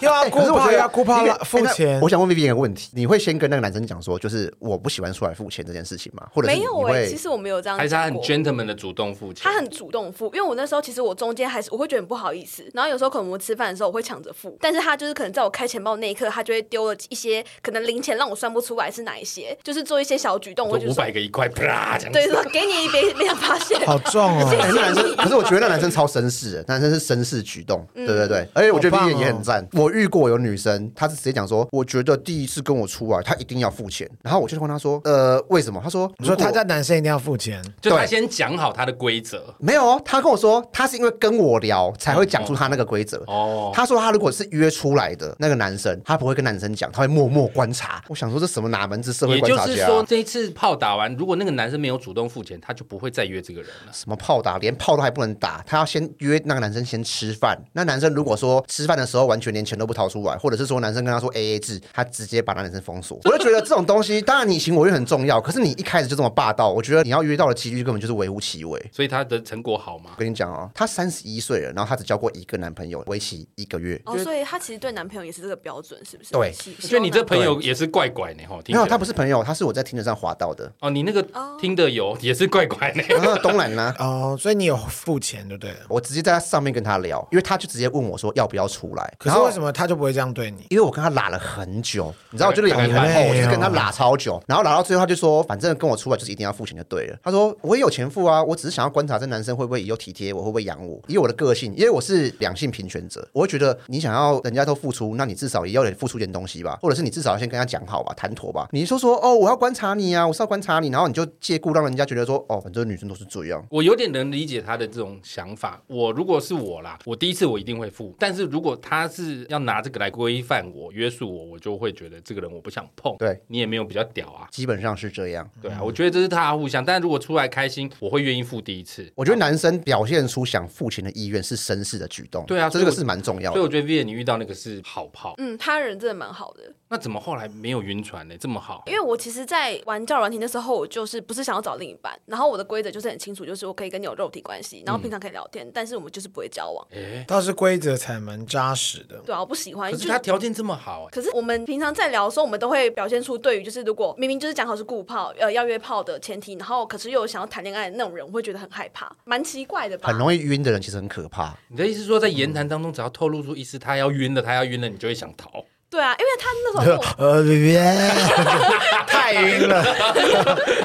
又要可顾是我泡，觉得啊又要顾泡那了个，付那钱我。想问 Vivi 一个问题：你会先跟那个男生讲说，就是我不喜欢出来付钱这件事情吗？或者是没你有哎、会其实我没有这样还是他讲很过。 gentleman 的主动付钱，嗯他很主动付，因为我那时候其实我中间还是我会觉得很不好意思，然后有时候可能我吃饭的时候我会抢着付，但是他就是可能在我开钱包那一刻，他就会丢了一些可能零钱让我算不出来是哪一些，就是做一些小举动，我就五说百个一块，啪这样子。 对，说给你别别想发现，好重哦！哎，那男生，可是我觉得那男生超绅士的，男生是绅士举动，对对嗯对，而且我觉得好棒 B 哦也很赞。我遇过有女生，她是直接讲说，我觉得第一次跟我出来，她一定要付钱。然后我就问她说，呃，为什么？她说，你说如果他家男生一定要付钱，就他对先讲好他的规则没有哦，她跟我说，她是因为跟我聊才会讲出她那个规则。哦。她说她如果是约出来的那个男生，她不会跟男生讲，她会默默观察。我想说这什么哪门子社会也观就察是家说，啊？这一次炮打完，如果那个男生没有主动付钱，他就不会再约这个人了。什么炮打，连炮都还不能打，她要先约那个男生先吃饭。那男生如果说吃饭的时候完全连钱都不掏出来，或者是说男生跟他说 A A 制，他直接把那男生封锁。我就觉得这种东西，当然你情我愿很重要，可是你一开始就这么霸道，我觉得你要约到的几率根本就是微乎其微。所以他的成果好吗我？跟你讲哦，她三十一岁了，然后她只交过一个男朋友，为期一个月。哦，所以他其实对男朋友也是这个标准，是不啊是？对喜，我喜觉得欢你这男朋友也是怪怪呢，哈。听没有，起来他不是朋友，他是我在听着上滑到的。啊哦，你那个哦听的 有也是怪怪呢。然后当然啦、哦，所以你有付钱就对了。我直接在他上面跟他聊，因为他就直接问我说要不要出来。可是为什么他就不会这样对你？因为我跟他拉了很久，你知道，我就脸皮很很厚，累哦我就是跟他拉超久，然后拉到最后，他就说，反正跟我出来就是一定要付钱就对了。他说我也有钱付啊，我只是想要观察这男生会不会以后体贴我，会不会养我。以我的个性，因为我是两性平权者，我会觉得你想要人家都付出，那你至少也要得付出点东西吧，或者是你至少要先跟他讲好吧，谈妥吧。你就说哦，我要观察你啊，我是要观察你，然后你就借故让人家觉得说，哦，反正女生都是这样。我有点能理解他的这种想法。我如果是我啦，我第一次我一定会付，但是如果他是要拿这个来规范我、约束我，我就会觉得这个人我不想碰。对你也没有比较屌啊，基本上是这样。对嗯啊，我觉得这是他的互相。但如果出来开心，我会愿意付第一次。我觉得男生表现出想付钱的意愿是绅士的举动，对啊这所以个我是蛮重要所以的。我觉得 V i a 你遇到那个是好炮，嗯，他人真的蛮好的，那怎么后来没有晕船呢？这么好因，为我其实，在玩教软体那时候，我就是不是想要找另一半，然后我的规则就是很清楚，就是我可以跟你有肉体关系，然后平常可以聊天，但是我们就是不会交往。哎，倒是规则才蛮扎实的。对啊，我不喜欢，可就是是他条件这么好，哎可是我们平常在聊的时候，我们都会表现出对于就是如果明明就是讲好是顾炮，呃，要约炮的前提，然后可是又有想要谈恋爱的那种人，我会觉得很害怕，蛮奇怪的吧？很容易晕的人其实很可怕，你的意思是说，在言谈当中，只要透露出一丝他要晕了，他要晕了，你就会想逃。 对啊，因为他那时候跟我呃，别别，太晕了，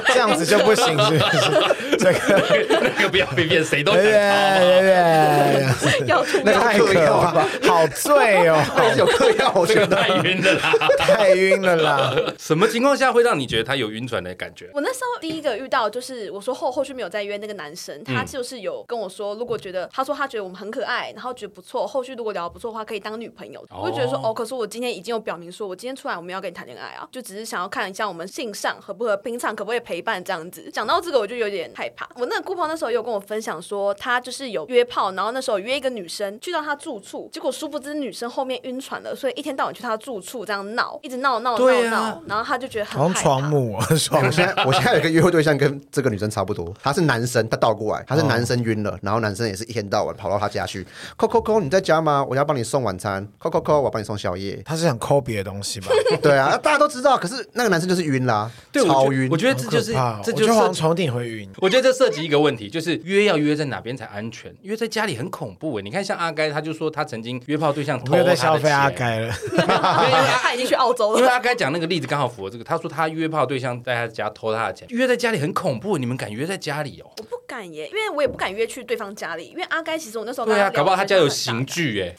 这样子就不行，是不是？这个，那个不要被骗，谁都哎想呀逃。啊哎呀，要吐那个太嗑可药怕吧，，好醉 哦，那也是有嗑药，我这觉个得。太晕了啦！太晕了啦。什么情况下会让你觉得他有晕船的感觉？我那时候第一个遇到就是我说后后续没有再约那个男生，嗯他就是有跟我说，如果觉得他说他觉得我们很可爱，然后觉得不错，后续如果聊得不错的话，可以当女朋友。哦我就觉得说哦，可是我今天已经有表明说，我今天出来我们要跟你谈恋爱啊，就只是想要看一下我们性上合不合，平常可不可以陪伴这样子。讲到这个我就有点害怕。我那个姑婆那时候也有跟我分享说，她就是有约炮，然后那时候约一个女生去到她住处，结果殊不知女生后面晕船了，所以一天到晚去她住处这样闹，一直闹闹闹对啊闹，然后她就觉得很好像害怕床母哦，床我母现在我现在有一个约会对象跟这个女生差不多，他是男生，他倒过来，他是男生晕了，然后男生也是一天到晚跑到他家去，扣扣扣，你在家吗？我要帮你送晚餐，扣扣扣，我要帮你送宵夜。他是想抠别的东西吧？对啊，大家都知道，可是那个男生就是晕啦，对，我觉超晕。我觉得好这可就是怕哦，这我就觉得黄是。虫顶会晕。我觉得这涉及一个问题，就是约要约在哪边才安全？约在家里很恐怖哎！你看，像阿该，他就说他曾经约炮对象我偷没有在他消的费阿钱，该了， 他已经去澳洲因为了。阿该讲那个例子刚好符合这个。他说他约炮对象在他家偷他的钱，约在家里很恐怖，你们敢约在家里哦？ 我不敢耶，因为我也不敢约去对方家里，因为阿该其实我那时候跟对啊，聊搞不好他家有天刑很大具 哎，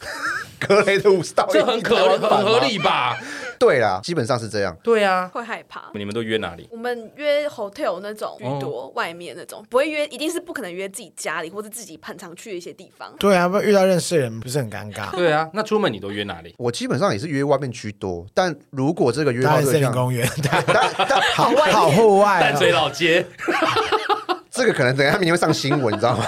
格雷的五十道，这很可台湾版吗很合。理吧？对啦，基本上是这样。对啊，会害怕。你们都约哪里？我们约 hotel 那种嗯居多，外面那种不会约，一定是不可能约自己家里或者自己很常去的一些地方。对啊，不然遇到认识的人不是很尴 尬？对啊，那出门你都约哪里？我基本上也是约外面居多，但如果这个约大炮安森对林象，公园，大但但好好户外淡水哦，老街，这个可能等一下明天会上新闻，你知道吗？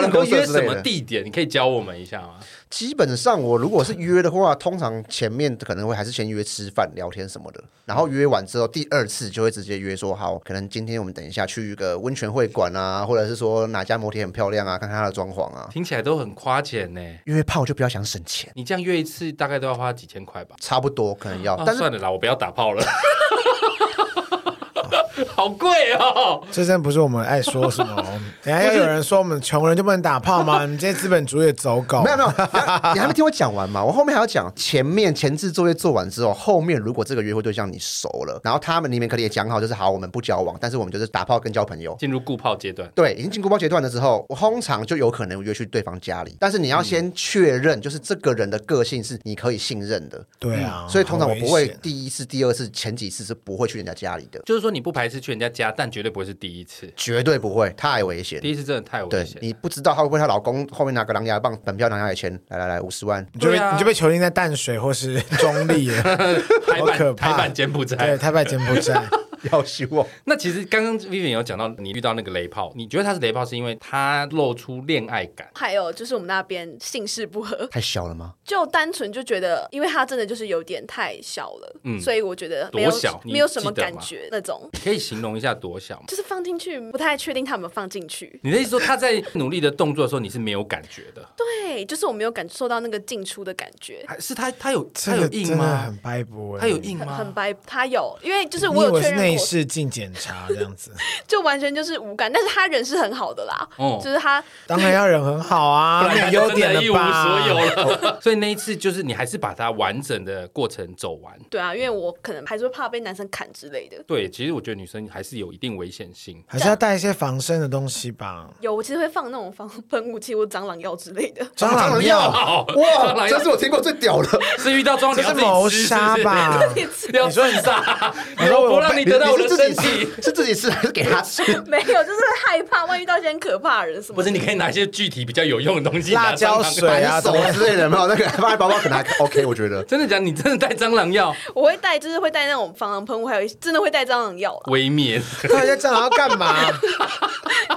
那料你都公社约之什类么的。地点？你可以教我们一下吗？基本上我如果是约的话，通常前面可能会还是先约吃饭、聊天什么的，然后约完之后，第二次就会直接约说好，可能今天我们等一下去一个温泉会馆啊，或者是说哪家摩天很漂亮啊，看看它的装潢啊。听起来都很花钱呢。约炮就不要想省钱，你这样约一次大概都要花几千块吧？差不多可能要，啊，哦但是算了啦，我不要打炮 了。好贵哦！这真不是我们爱 说什么。等一下要有人说我们穷人就不能打炮吗？你们这些资本主义的走狗没，有没有，啊你还没听我讲完嘛？我后面还要讲，前面前置作业做完之后，后面如果这个约会对象你熟了，然后他们里面可能也讲好，就是好我们不交往，但是我们就是打炮跟交朋友。进入固炮阶段，对，已经进过包阶段的时候，我通常就有可能约去对方家里，但是你要先确认，就是这个人的个性是你可以信任的。对嗯哦啊，所以通常我不会好危险第一次、第二次、前几次是不会去人家家里的，就是说你不排斥去人家家，但绝对不会是第一次。绝对不会，太危险。第一次真的太危对险。你不知道她会不会她老公后面拿个狼牙棒，本票拿下来钱，来来来五十 万，你就被对啊你就被囚禁在淡水或是中 立了，台好可版怕台版柬埔对，寨。台北柬埔寨。要修哦。那其实刚刚 Vivian 有讲到，你遇到那个雷炮，你觉得他是雷炮，是因为他露出恋爱感，还有就是我们那边姓氏不合，太小了吗？就单纯就觉得，因为他真的就是有点太小了，嗯所以我觉得没有多小你没有什么记得感吗觉那种，你可以形容一下多小吗？就是放进去不太确定他有没有放进去。你的意思说他在努力的动作的时候，你是没有感觉的？对，就是我没有感受到那个进出的感觉，还是他他有 他这有个硬真的很吗？掰不哎，他有硬很吗？很白。他有，因为就是你我以有为确是认内过，视镜检查这样子，就完全就是无感。但是他人是很好的啦，哦就是他当然要人很好 不啊，然你他有就优点真的一了无吧？所有了，所以 那一次就是你还是把它完整的过程走完。对啊，因为我可能还是会怕被男生砍之类的。对，其实我觉得女生还是有一定危险性。还是要带一些防身的东西吧。有，我其实会放那种防喷雾器或蟑螂药之 类的。蟑螂药，药，蟑哇，螂这药是我听过最屌的。是遇到这种这是谋杀？吧？你要自己吃是不是要自杀？你说 我我不让被你得到我你的是身自己体。吃，是自己吃还是给他吃？没有，就是会害怕，万一遇到一些很可怕的人什么不的。是，你可以拿一些具体比较有用的东西，辣椒拿蟑螂水啊白手之类的，有没有那个放在包包可能还 OK，我觉得。真的讲，你真的带蟑螂药我会带，就是会带那种防狼喷雾，还有一真的会带蟑螂药啦，微灭？到底在蟑螂要干嘛？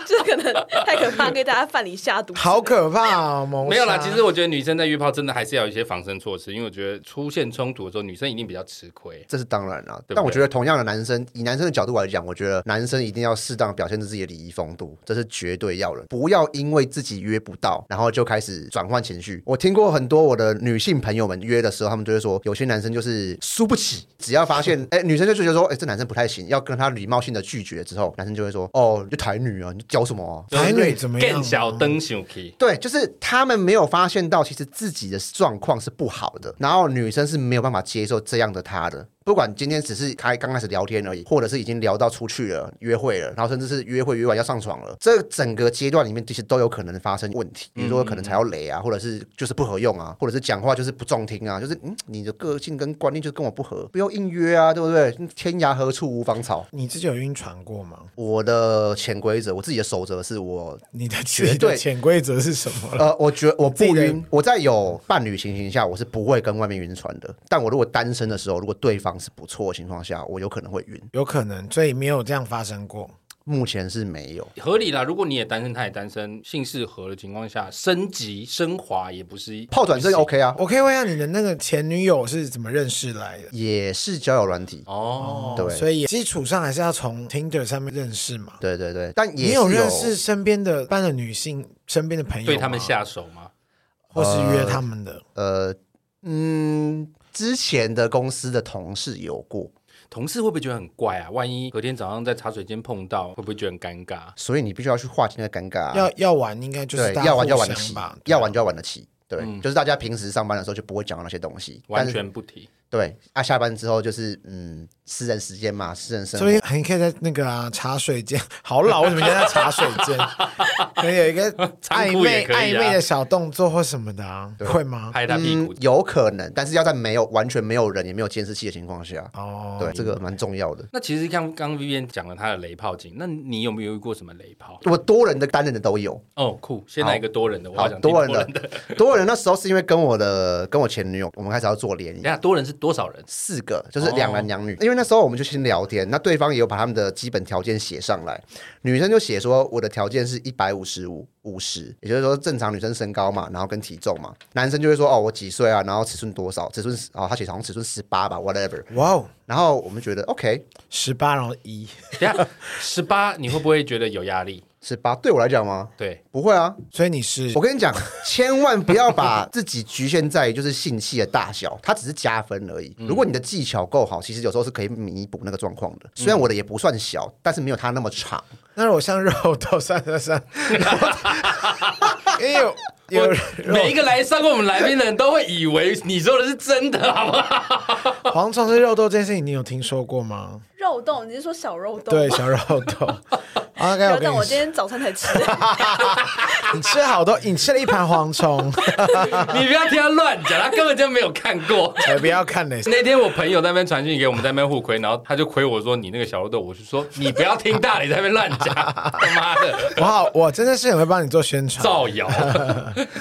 就是可能太可怕，给大家饭里下毒。 好可怕哦！谋杀没有啦，其实我觉得女生在约炮真的还是要有一些防身措施，因为我觉得出现冲突的时候，女生一定比较吃亏。这是当然啦，对但我觉得同样的男生，以男生的角度来讲，我觉得男生一定要适当表现自己的礼仪风度，这是绝对要的。不要因为自己约不到，然后就开始转换情绪。我听过很多我的女性朋友们约的时候，他们就会说，有些男生就是输不起，只要发现 哎、女生就觉得说，哎、这男生不太行，要跟他礼貌性的拒绝之后，男生就会说，哦，你就台女啊，你教什么啊？台女怎么样更？小灯想起。对，就是他们没有发现到，其实自己的状况是不好的，然后女生是没有办法接受这样的他的。不管今天只是开刚开始聊天而已，或者是已经聊到出去了、约会了，然后甚至是约会约完要上床了，这整个阶段里面其实都有可能发生问题，比如说可能才要雷啊，或者是就是不合用啊，或者是讲话就是不中听啊，就是嗯，你的个性跟观念就跟我不合，不要硬约啊，对不对？天涯何处无芳草。你自己有晕船过吗？我的潜规则，我自己的守则是我你的绝自己的对潜规则是什么了？呃，我觉我自己不的晕，我在有伴侣情形下，我是不会跟外面晕船的。但我如果单身的时候，如果对方是不错的情况下，我有可能会晕。有可能，所以没有这样发生过。目前是没有。合理啦。如果你也单身，他也单身，性适合的情况下，升级升华也不是炮转身 OK 啊，我可以问一下你的那个前女友是怎么认识来的？也是交友软体。哦。对所以基础上还是要从 Tinder 上面认识嘛。对对对，但也你是有认识身边的班的女性，身边的朋友吗对他们，下手吗？或是约他们的？呃嗯，之前的公司的同事有过，同事会不会觉得很怪啊？万一隔天早上在茶水间碰到，会不会觉得很尴尬？所以你必须要去划清那个尴尬啊、要要玩应该就是对大家要玩就要玩互得相起吧，，啊嗯要玩就要玩得起。对，就是大家平时上班的时候就不会讲到那些东西，完但是全不提。对。啊，下班之后就是嗯，私人时间嘛，私人生活所以很可以在那个啊茶水间，好老，为什么现在茶水 间？可能有一个仓暧库昧也可以暧啊昧的小动作或什么的啊，会吗？拍他屁股嗯，，有可能，但是要在没有完全没有人也没有监视器的情况下，哦，对，这个蛮重要的。那其实像刚刚 Vivian 讲了他的雷炮经，那你有没有遇过什么雷炮？我多人的、单人的都有，哦，酷！先来一个多人的，我好好想听多人人的。的，多人的那时候是因为跟我的跟我前女友，我们开始要做联谊等一，下多人是多少人？四个就是两男两女，因为那时候我们就先聊天，那对方也有把他们的基本条件写上来，女生就写说我的条件是一百五十五五十，也就是说正常女生身高嘛，然后跟体重嘛，男生就会说哦我几岁啊，然后尺寸多少，尺寸哦他写好像尺寸十八吧，whatever，哇哦，然后我们觉得 OK 十八然后一，等一下十八，你会不会觉得有压力？十八对我来讲吗？对，不会啊，所以你是我跟你讲， 千万不要把自己局限在于就是性器的大小， 它只是加分而嗯已。如果你的技巧够好，其实有时候是可以弥补那个状况嗯的。虽然我的也不算小，但是没有它那么长。那我像肉豆算算 算，因为有有 每一个来上过我们来宾的人都会以为你说的是真的，好不 好？蝗虫是肉豆这件事情，你有听说过吗？肉冻，你是说小肉冻？对，，小肉 豆。啊，该我肉跟冻我你今说，天早餐 才吃。你吃了好多，你吃了一盘蝗 虫，你不要听他乱讲，他根本就没有看过。 才哎不要 看嘞。那天我朋友在那边传讯给我们在那边互亏，然后他就亏我说你那个小肉豆，我就说你不要听大理在那边乱 讲，他妈的我好，我真的是很会帮你做宣传。造 谣。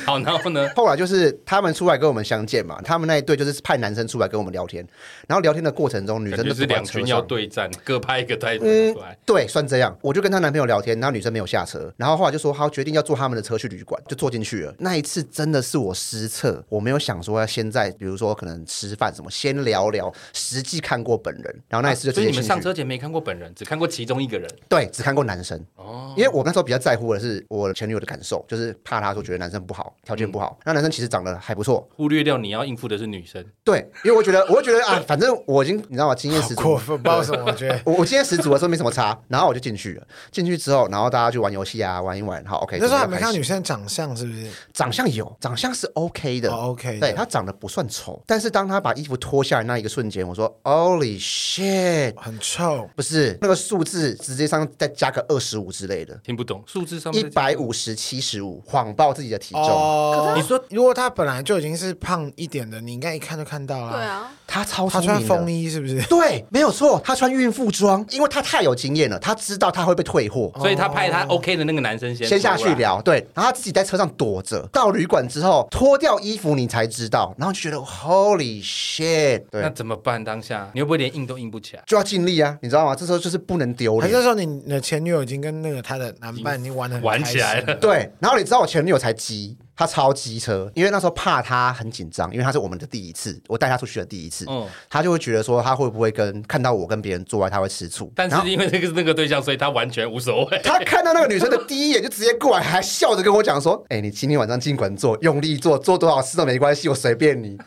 好，然后呢？后来就是他们出来跟我们相见嘛，他们那一对就是派男生出来跟我们聊天，然后聊天的过程中，女感生觉就是不两管车军上要对战，各派一个带出嗯来。，对，算这样。我就跟她男朋友聊天，然后女生没有下车，然后后来就说她决定要坐他们的车去旅馆，就坐进去了。那一次真的是我失策，我没有想说要先在，比如说可能吃饭什么，先聊聊，实际看过本人，然后那一次就直啊所以接你进们去。上车前没看过本人，只看过其中一个人。对，只看过男生，哦，因为我那时候比较在乎的是我前女友的感受，就是怕她说觉得哎男生不好，条件不好。嗯那男生其实长得还不错，忽略掉你要应付的是女生，对，因为我觉得，我觉得啊，反正我已经你知道吗，经验好十足，哦过分，不知道为什么，我觉 得。我我今天十足的时候没什么差，然后我就进去了。进去之后，然后大家去玩游戏啊，玩一玩。好，OK。那时候还准备没要看到开女始，生长相，是不是？长相有，长相是 OK 的。哦，OK 的对她长得不算丑，但是当她把衣服脱下来那一个瞬间，我说 Holy shit！很臭，不是那个数字，直接上再加个二十五之类的，听不懂数字上一面。百五十七十五，谎报自己的体重。哦可你说，如果她本来就已经是胖一点的，你应该一看就看到了。对，啊，她超她聪穿明的风衣是不是？对，没有错，她穿孕妇装，因为她太有经验了，她知道她会被退货。所以他派他 OK 的那个男生先哦先下出去来。聊，对，然后他自己在车上躲着，到旅馆之后脱掉衣服，你才知道，然后就觉得 Holy shit，那对，怎么办？当下你会不会连硬都硬不起来？就要尽力啊，你知道吗？这时候就是不能丢还是那脸。时候你的前女友已经跟那个她的男伴已经玩的玩起来 了，对，然后你知道我前女友才急，她超机车，因为那时候怕她很紧张，因为她是我们的第一次，我带她出去的第一次，嗯她就会觉得说她会不会跟看到我跟别人做爱，她会吃醋。但然后是因为那个是那个对象，所以他完全无所 谓。他看到那个女生的第一眼就直接过来，还笑着跟我讲说：“哎、你今天晚上尽管做，用力做，做多少次都没关系，我随便你。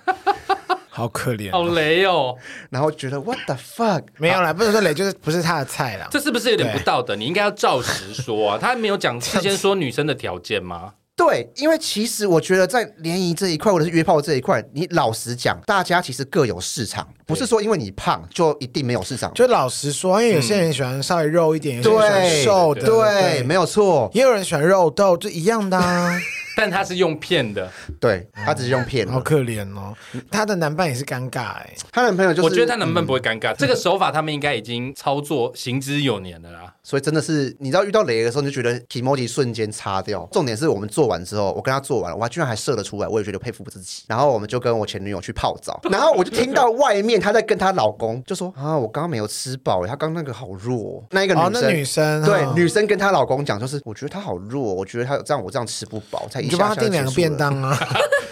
好可怜好哦。雷哦，”然后觉得 What the fuck？没有啦，不能说雷，就是不是她的菜啦。 这是不是有点不道德？你应该要照实说啊。他没有讲事先说女生的条件吗？对，因为其实我觉得在联谊这一块或者是约炮这一块，你老实讲，大家其实各有市场，不是说因为你胖就一定没有市场。就老实说，因为有些人喜欢稍微肉一点，有些人喜欢瘦对，的，嗯对，没有错，也有人喜欢肉豆，就一样的啊，但他是用骗的， 对他只是用骗的好可怜哦。她的男伴也是尴尬哎、她男朋友就是，我觉得他能不能不会尴尬？这个手法他们应该已经操作行之有年了啦。所以真的是，你知道遇到雷的时候，你就觉得 emoji 瞬间擦掉。重点是我们做完之后，我跟他做完了，我还居然还射得出来，我也觉得佩服自己。然后我们就跟我前女友去泡澡，然后我就听到外面她在跟她老公就说啊，我刚刚没有吃饱，她刚刚那个好弱哦。那一个女哦生，，那女生对哦女生跟她老公讲，就是我觉得她好弱，我觉得她这样我这样吃不饱，才一你下就帮下她订两个结束了便，当啊，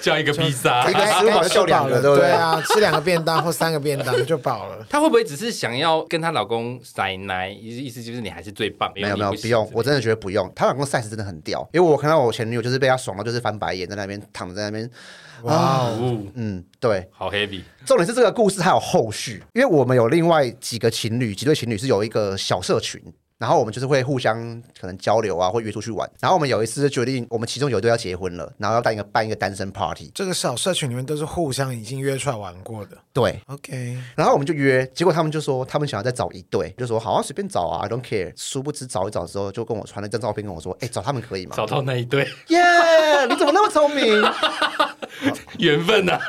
叫一个披萨 一，个食物好像叫两个，对不对对？啊，吃两个便当或三个便当就饱了。她会不会只是想要跟她老公塞奶？意意思就是你还是最棒，没有你没有，行不用，我之类的真的觉得不用。她老公 size 真的很屌，因为我看到我前女友就是被她爽到，就是翻白眼，在那边躺着在那边，哇、哦，哦，嗯，对。好 heavy，重点是这个故事还有后续，因为我们有另外几个情侣，几对情侣是有一个小社群。然后我们就是会互相可能交流啊，会约出去玩。然后我们有一次就决定，我们其中有一对要结婚了，然后要办一个办一个单身 party。这个小社群里面都是互相已经约出来玩过的。对， OK，然后我们就约，结果他们就说他们想要再找一对，就说好啊，随便找啊，I don't care。殊不知找一找之后，就跟我传了一张照片，跟我说，哎，找他们可以吗？找到那一对 耶你怎么那么聪明？缘分啊呐、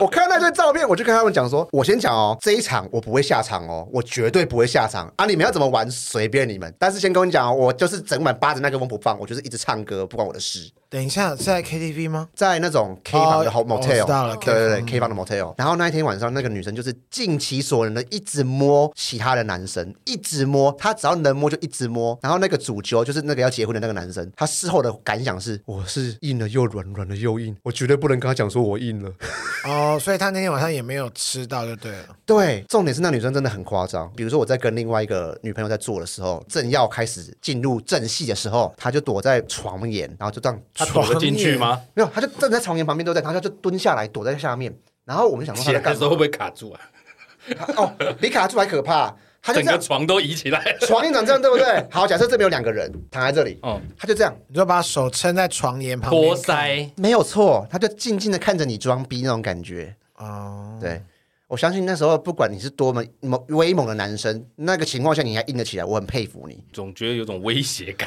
我看到那张照片，我就跟他们讲说，我先讲哦，这一场我不会下场哦，我绝对不会下场啊！你们要怎么玩随便你们，但是先跟你讲哦，我就是整晚扒着麦克风不放，我就是一直唱歌，不管我的事。等一下是在 KTV 吗？在那种 K 房的哦我 motel，、知道了对对对 K ，K 房的 motel。然后那一天晚上，那个女生就是尽其所能的一直摸其他的男生，一直摸，她只要能摸就一直摸。然后那个主角就是那个要结婚的那个男生，他事后的感想是：我是硬了又软，软了又硬，我绝对不能跟他讲说我硬了。哦，所以她那天晚上也没有吃到，就对了。对，重点是那女生真的很夸张。比如说我在跟另外一个女朋友在做的时候，正要开始进入正戏的时候，她就躲在床沿，然后就这样，她他躲 得进去吗？没有，她就站在床沿旁边，对不对？然后她就蹲下来躲在下面。然后我们想说她起在 来的干时嘛候会不会卡住啊？哦，比卡住还可怕，她就整个这样，床都移起来。床沿长这样，对不对？好，假设这边有两个人躺在这里， 哦，她就这样，你就把手撑在床沿旁边托看腮，没有错，她就静静的看着你装逼那种感觉。哦，对。我相信那时候，不管你是多么猛威猛的男生，那个情况下你还硬得起来，我很佩服你。总觉得有种威胁感。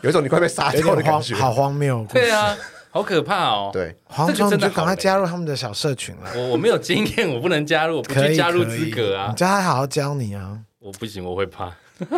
有一种你快被杀有掉的点感荒，觉。好荒谬哦。对啊， 好可怕哦。对，黄总，这个你真的就好赶快加入他们的小社群了。我我没有经验，我不能加入，我不可具以加入可以资格啊你。叫他好好教你啊。我不行，我会怕。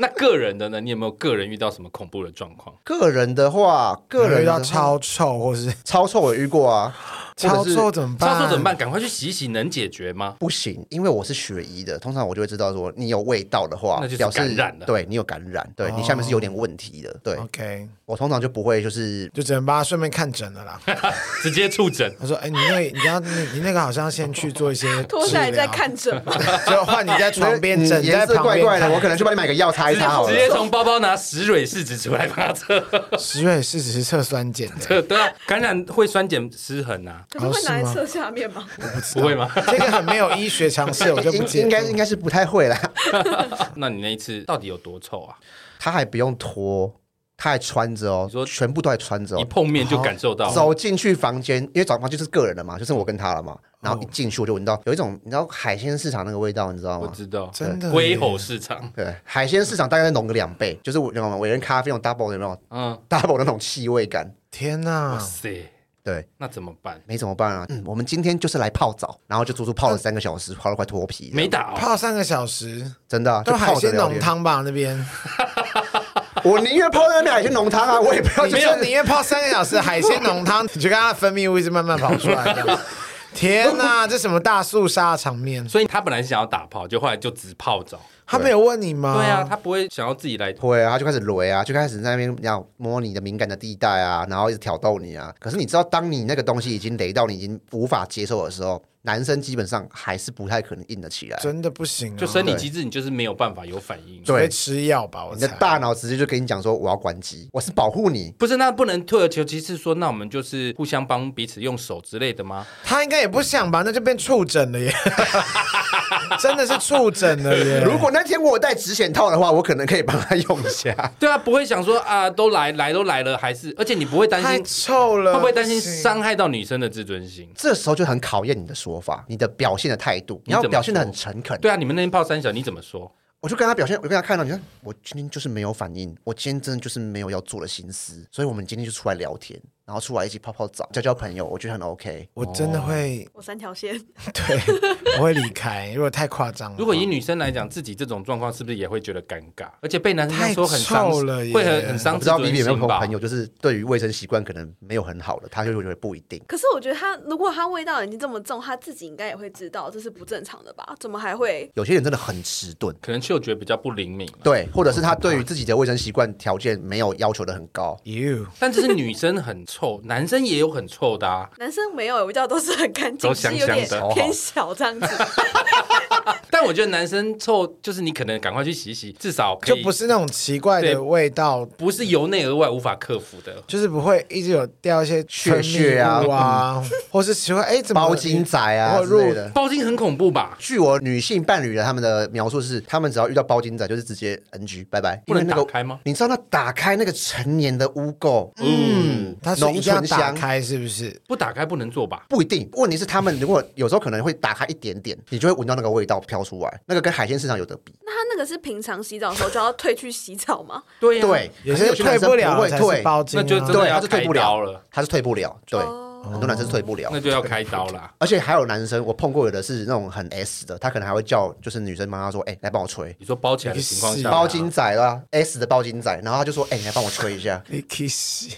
那个人的呢？你有没有个人遇到什么恐怖的状况？个人的话，个人遇的话到超臭，或是超臭，我也遇过啊，超或者是臭怎么办？操作怎么办？赶快去洗洗，能解决吗？不行，因为我是学医的，通常我就会知道说，你有味道的话，那就是表示感染了对你有感染，对你哦下面是有点问题的。对 OK，我通常就不会就是就只能帮他顺便看诊 了啦。直接触诊，他说：“哎，你那，你要你你那个好像先去做一 些脱治下来疗再，看诊嘛， 就换你在床边那枕嗯在颜色旁怪边怪的，看我可能去帮你买个药擦一擦好直接了。从包包拿石蕊试纸出来帮他测。石蕊是只是测酸碱 的，对啊，感染会酸碱失衡啊，可 是会拿来哦是吗测下面吗？啊不会吗？ 这个很没有医学常识，我就不应接应该触应该是不太会啦， 那你那一次到底有多臭啊？他还不用脱，他还穿着哦你，说全部都还穿着一哦。碰面就感受哦到，走进去房间，因为找房就是个人的嘛，就剩我跟他了哦嘛。然后一进去我就闻到有一种你知道海鲜市场那个味道，你知道我吗？知道，真的龟耶吼市场，对，海鲜市场大概再浓个两倍，就是我那种伟人咖啡那种 double 有 没有嗯， double 那种气味感？天哇哪！塞，对，那怎么办？没怎么办啊。嗯，我们今天就是来泡澡，然后就足足泡了三个小时，泡到快脱皮了。没打哦，泡三个小时，真的啊、都就海泡着鲜聊浓天。汤吧 那边，我宁愿泡在那边海鲜浓汤啊，我也不要你就就是宁愿泡三个 小时海鲜浓汤，你就看它分泌物一直慢慢跑出来 这样。天哪，这什么大肃杀场面？所以他本来是想要打炮，就后来就只泡澡。他没有问你吗？对啊，，他不会想要自己来。会啊，他就开始雷啊，就开始在那边要摸你的敏感的地带啊，然后一直挑逗你啊。可是你知道，当你那个东西已经雷到你已经无法接受的时候，男生基本上还是不太可能硬得起来。真的不行、啊，就生理机制，你就是没有办法有反应。对会吃药吧？我你的猜大脑直接就跟你讲说，我要关机，我是保护你。不是，那不能退而求其次说，那我们就是互相帮彼此用手之类的吗？他应该也不想吧？那就变触诊 。了耶，真的是触诊了耶。如果那天我有带止血套的话，我可能可以帮他用一下 对啊，不会想说啊，都来来都来了，还是而且你不会担太心，臭了，会不会担心行伤害到女生的自尊心？这时候就很考验你的说法，你的表现的态度，你要你怎么表现的说很诚恳。对啊，你们那天泡三小，你怎么说？我就跟他表现，我就跟他看到，你看我今天就是没有反应，我今天真的就是没有要做的心思，所以我们今天就出来聊天，然后出来一起泡泡澡，交交朋友，我觉得很 OK。我真的会，我三条线，对，我会离开。如果太夸张了，如果以女生来讲，自己这种状况是不是也会觉得尴尬？而且被男生这样说很太伤臭了，耶会很很我伤不自知道 B 尊 B 有没心有吧朋？友，就是对于卫生习惯可能没有很好的，他就会觉得不一定。可是我觉得他如果他味道已经这么重，他自己应该也会知道这是不正常的吧？怎么还会？有些人真的很迟钝，可能嗅觉比较不灵敏啦，对，或者是他对于自己的卫生习惯条件没有要求的很高。 you 但这是女生很臭， 男生也有很臭的啊。男生没有，我觉得都是很干净，都只香是香有的哦点好好偏小 这样子。但我觉得男生臭，就是你可能赶快去洗洗，至少可就以不是那种奇怪对的味道，不是由内而外无法克服的。就是不会一直有掉一些血血啊分泌物啊， 或是奇怪哎怎么包金仔啊或之类入的。包茎很恐怖吧？据我女性伴侣的他们的描述是，他们只要遇到包金仔就是直接 NG 拜拜，不能因为那个打开吗？你知道那打开那个成年的污垢，嗯，它是浓一定要醇打香。开是不是？不打开不能做吧？不一定，问题是他们如果有时候可能会打开一点点，你就会闻到那个味道飘出来，那个跟海鲜市场有得比。那他那个是平常洗澡的时候就要退去洗澡吗？啊对啊对，有可是些些退男生不了会才是退，包金、啊，那就真的对，要他是退不开刀了了，他是退不了，对，哦很多男生是退不了那。就要开刀啦。而且还有男生，我碰过有的是那种很 S 的，他可能还会叫，就是女生帮他说，哎、来帮我吹你说包起来的情况你下，是包金仔啦，S 的包金仔，然后他就说，哎、你来帮我吹一下。你 kiss。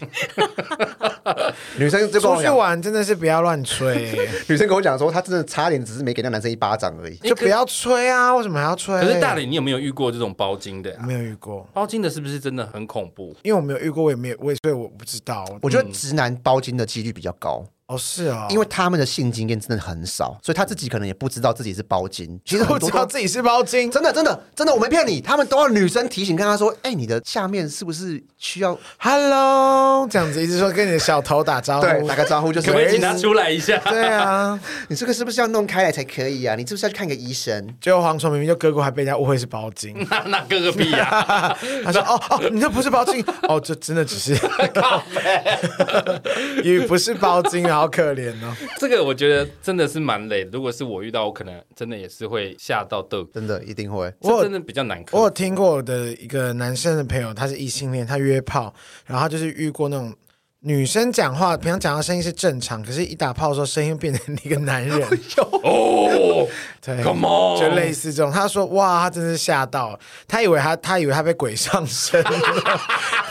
女生就跟出我去讲，玩真的是不要乱吹， 女生跟我讲说，她真的差点只是没给那男生一巴掌而已。就不要吹啊！为什么还要吹？可是大理，你有没有遇过这种包茎的、啊？没有遇过，包茎的是不是真的很恐怖？因为我没有遇过，我也没有，我也所以我不知道。我觉得直男包金的几率比较高，哦是哦，因为他们的性经验真的很少，所以他自己可能也不知道自己是包金。其实不很多知道都自己是包金，真的真的真的，我没骗你，他们都要女生提醒，跟他说：“哎、你的下面是不是需要 Hello，这样子一直说跟你的小头打招呼，对哦打个招呼？”就可不可以请是哎他出来一下？ 对啊，你这个是不是要弄开来才可以啊？你是不是要去看个医生？结果蝗虫明明就割过，还被人家误会是包金。嗯那那个个屁呀、啊！他 说：“哦哦，你这不是包金，哦，这真的只是 也不是包金，好可怜哦。这个我觉得真的是蛮累的。如果是我遇到，我可能真的也是会吓到豆。真的一定会。这真的比较难我有克服。听过我的一个男生的朋友，他是异性恋，他约炮，然后他就是遇过那种女生讲话，平常讲话声音是正常，可是一打炮的时候声音变成一个男人，哦，对 Come on 就类似这种。他说：“哇，他真是吓到了，他以为他他以为他被鬼上身了。”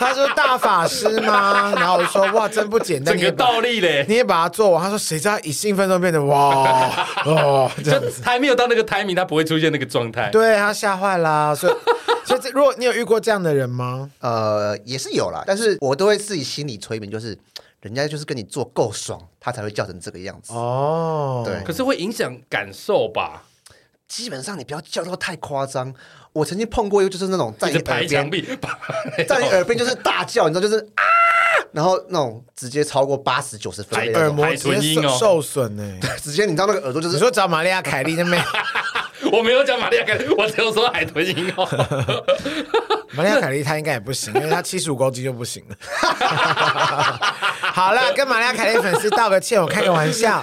他说：“大法师吗？”然后我就说：“哇，真不简单，整你个也把倒立 嘞，你也把它做完。”他说：“谁知道一兴奋就变成哇 哦这样就还没有到那个 timing，他不会出现那个状态。对他吓坏啦，所以 所以这如果你有遇过这样的人吗？呃，也是有啦，但是我都会自己心里催眠，就是人家就是跟你做够爽，他才会叫成这个样子。哦，对可是会影响感受吧？基本上你不要叫到太夸张。我曾经碰过一个，就是那种在一你直耳拍墙边，壁， 在你耳边就是大叫，你知道，就是 啊，然后那种直接超过八十九十分贝的那哎耳种，膜海直豚接音受哦受损呢、直接你知道那个耳朵就你是说找玛利亚凯莉那边， 我没有讲玛利亚凯莉，我只有说海豚音 哦。玛利亚凯莉她应该也不行，因为她七十五公斤就不行了。 好啦，跟玛利亚凯莉粉丝道个歉，我开个玩笑。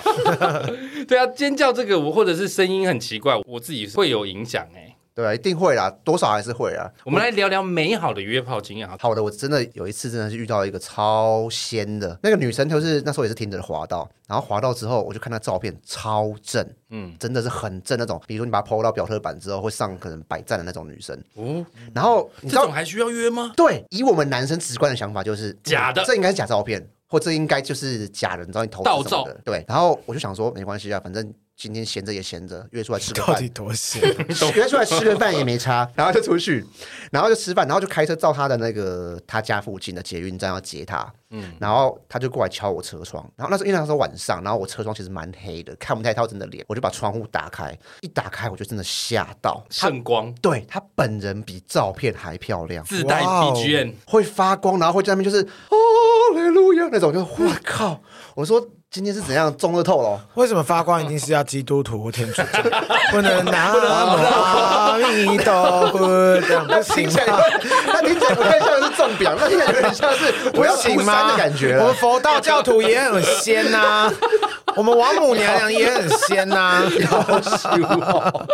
对啊，尖叫这个我或者是声音很奇怪，我自己会有影响哎、对啊，一定会啦，多少还是会啊。我们来聊聊美好的约炮经验啊。好的，我真的有一次真的是遇到一个超仙的那个女生，就是那时候也是听着滑到，然后滑到之后我就看她照片超正，嗯，真的是很正那种，比如说你把她 PO 到表特版之后会上可能百赞的那种女生，哦，然后你这知道种还需要约吗？对，以我们男生直观的想法就是嗯假的这应该是假照片，或这应该就是假人，你知道你投资什么的。对，然后我就想说没关系啊，反正今天闲着也闲着，约出来吃个到饭底，多闲？约出来吃个饭也没差，然后就出去，然后就吃饭，然后就开车到他的那个他家附近的捷运站要接他，嗯，然后他就过来敲我车窗，然后那时候因为那时候晚上，然后我车窗其实蛮黑的，看不太到真的脸，我就把窗户打开，一打开我就真的吓到，他圣光对他本人比照片还漂亮，自带哇哦 BGM，会发光，然后会在那边就是哦雷路亚那种，就我靠，我说今天是怎样中了透了哦。为什么发光一定是要基督徒或天主教？不能拿阿弥陀佛，这样不行 啊听起来吗？那听起来不太像是中表，那听起来有点像是我要不出行山吗？的感觉啊我们了。佛道教徒也很仙呐、我们王母娘娘也很仙 呐、哦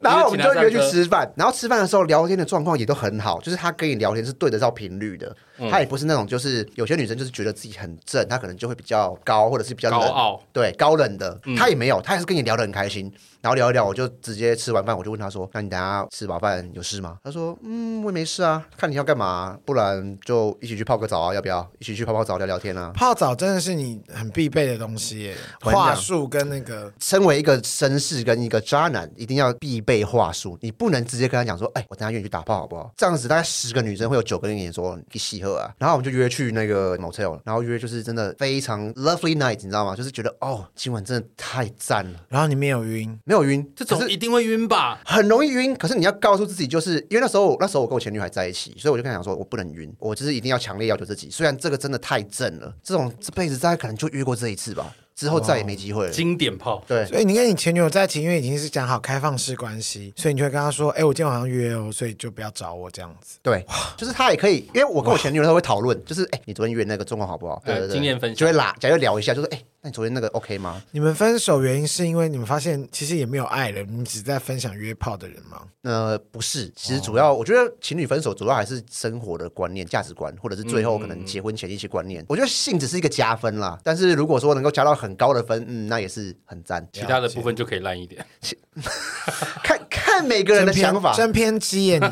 然后我们就约去吃饭，然后吃饭的时候聊天的状况也都很好，就是他跟你聊天是对得到频率的，他也不是那种就是有些女生就是觉得自己很正，她可能就会比较高或者是比较冷高傲，对高冷的，他也没有，他也是跟你聊得很开心，然后聊一聊，我就直接吃完饭我就问他说，那你等一下吃饱饭有事吗？他说，嗯，我也没事啊，看你要干嘛，不然就一起去泡个澡啊，要不要？一起去泡泡澡聊聊天啊。泡澡真的是你很必备的东西耶，我跟你讲话术跟那个身为一个绅士跟一个渣男，一定要必备话术，你不能直接跟他讲说，哎、我等下约你去打炮好不好？这样子大概十个女生会有九个跟你说你喜喝啊，然后我们就约去那个 motel，然后约就是真的非常 lovely night，你知道吗？就是觉得哦，今晚真的太赞了，然后你没有晕，没有晕，这可种是一定会晕吧？很容易晕，可是你要告诉自己，就是因为那时候那时候我跟我前女友还在一起，所以我就跟她讲说，我不能晕，我就是一定要强烈要求自己。虽然这个真的太正了，这种这辈子大概可能就约过这一次吧，之后再也没机会了。经典炮，对，所以你跟你前女友在一起，因为已经是讲好开放式关系，所以你就会跟她说：“哎、我今天晚上约哦，所以就不要找我这样子。对，就是他也可以，因为我跟我前女友她会讨论，就是哎、你昨天约那个状况好不好？呃对对对，经验分享就会拉，假如聊一下，就说哎、那你昨天那个 OK 吗？”你们分手原因是因为你们发现其实也没有爱了，你们只是在分享约炮的人吗？呃，不是，其实主哦要、我觉得情侣分手主要还是生活的观念、价值观，或者是最后可能结婚前一些嗯观念。我觉得性只是一个加分啦，但是如果说能够加到很高的分，嗯，那也是 很赞。其他的部分就可以烂一点，看看每个人的真偏想法，真偏激耶你！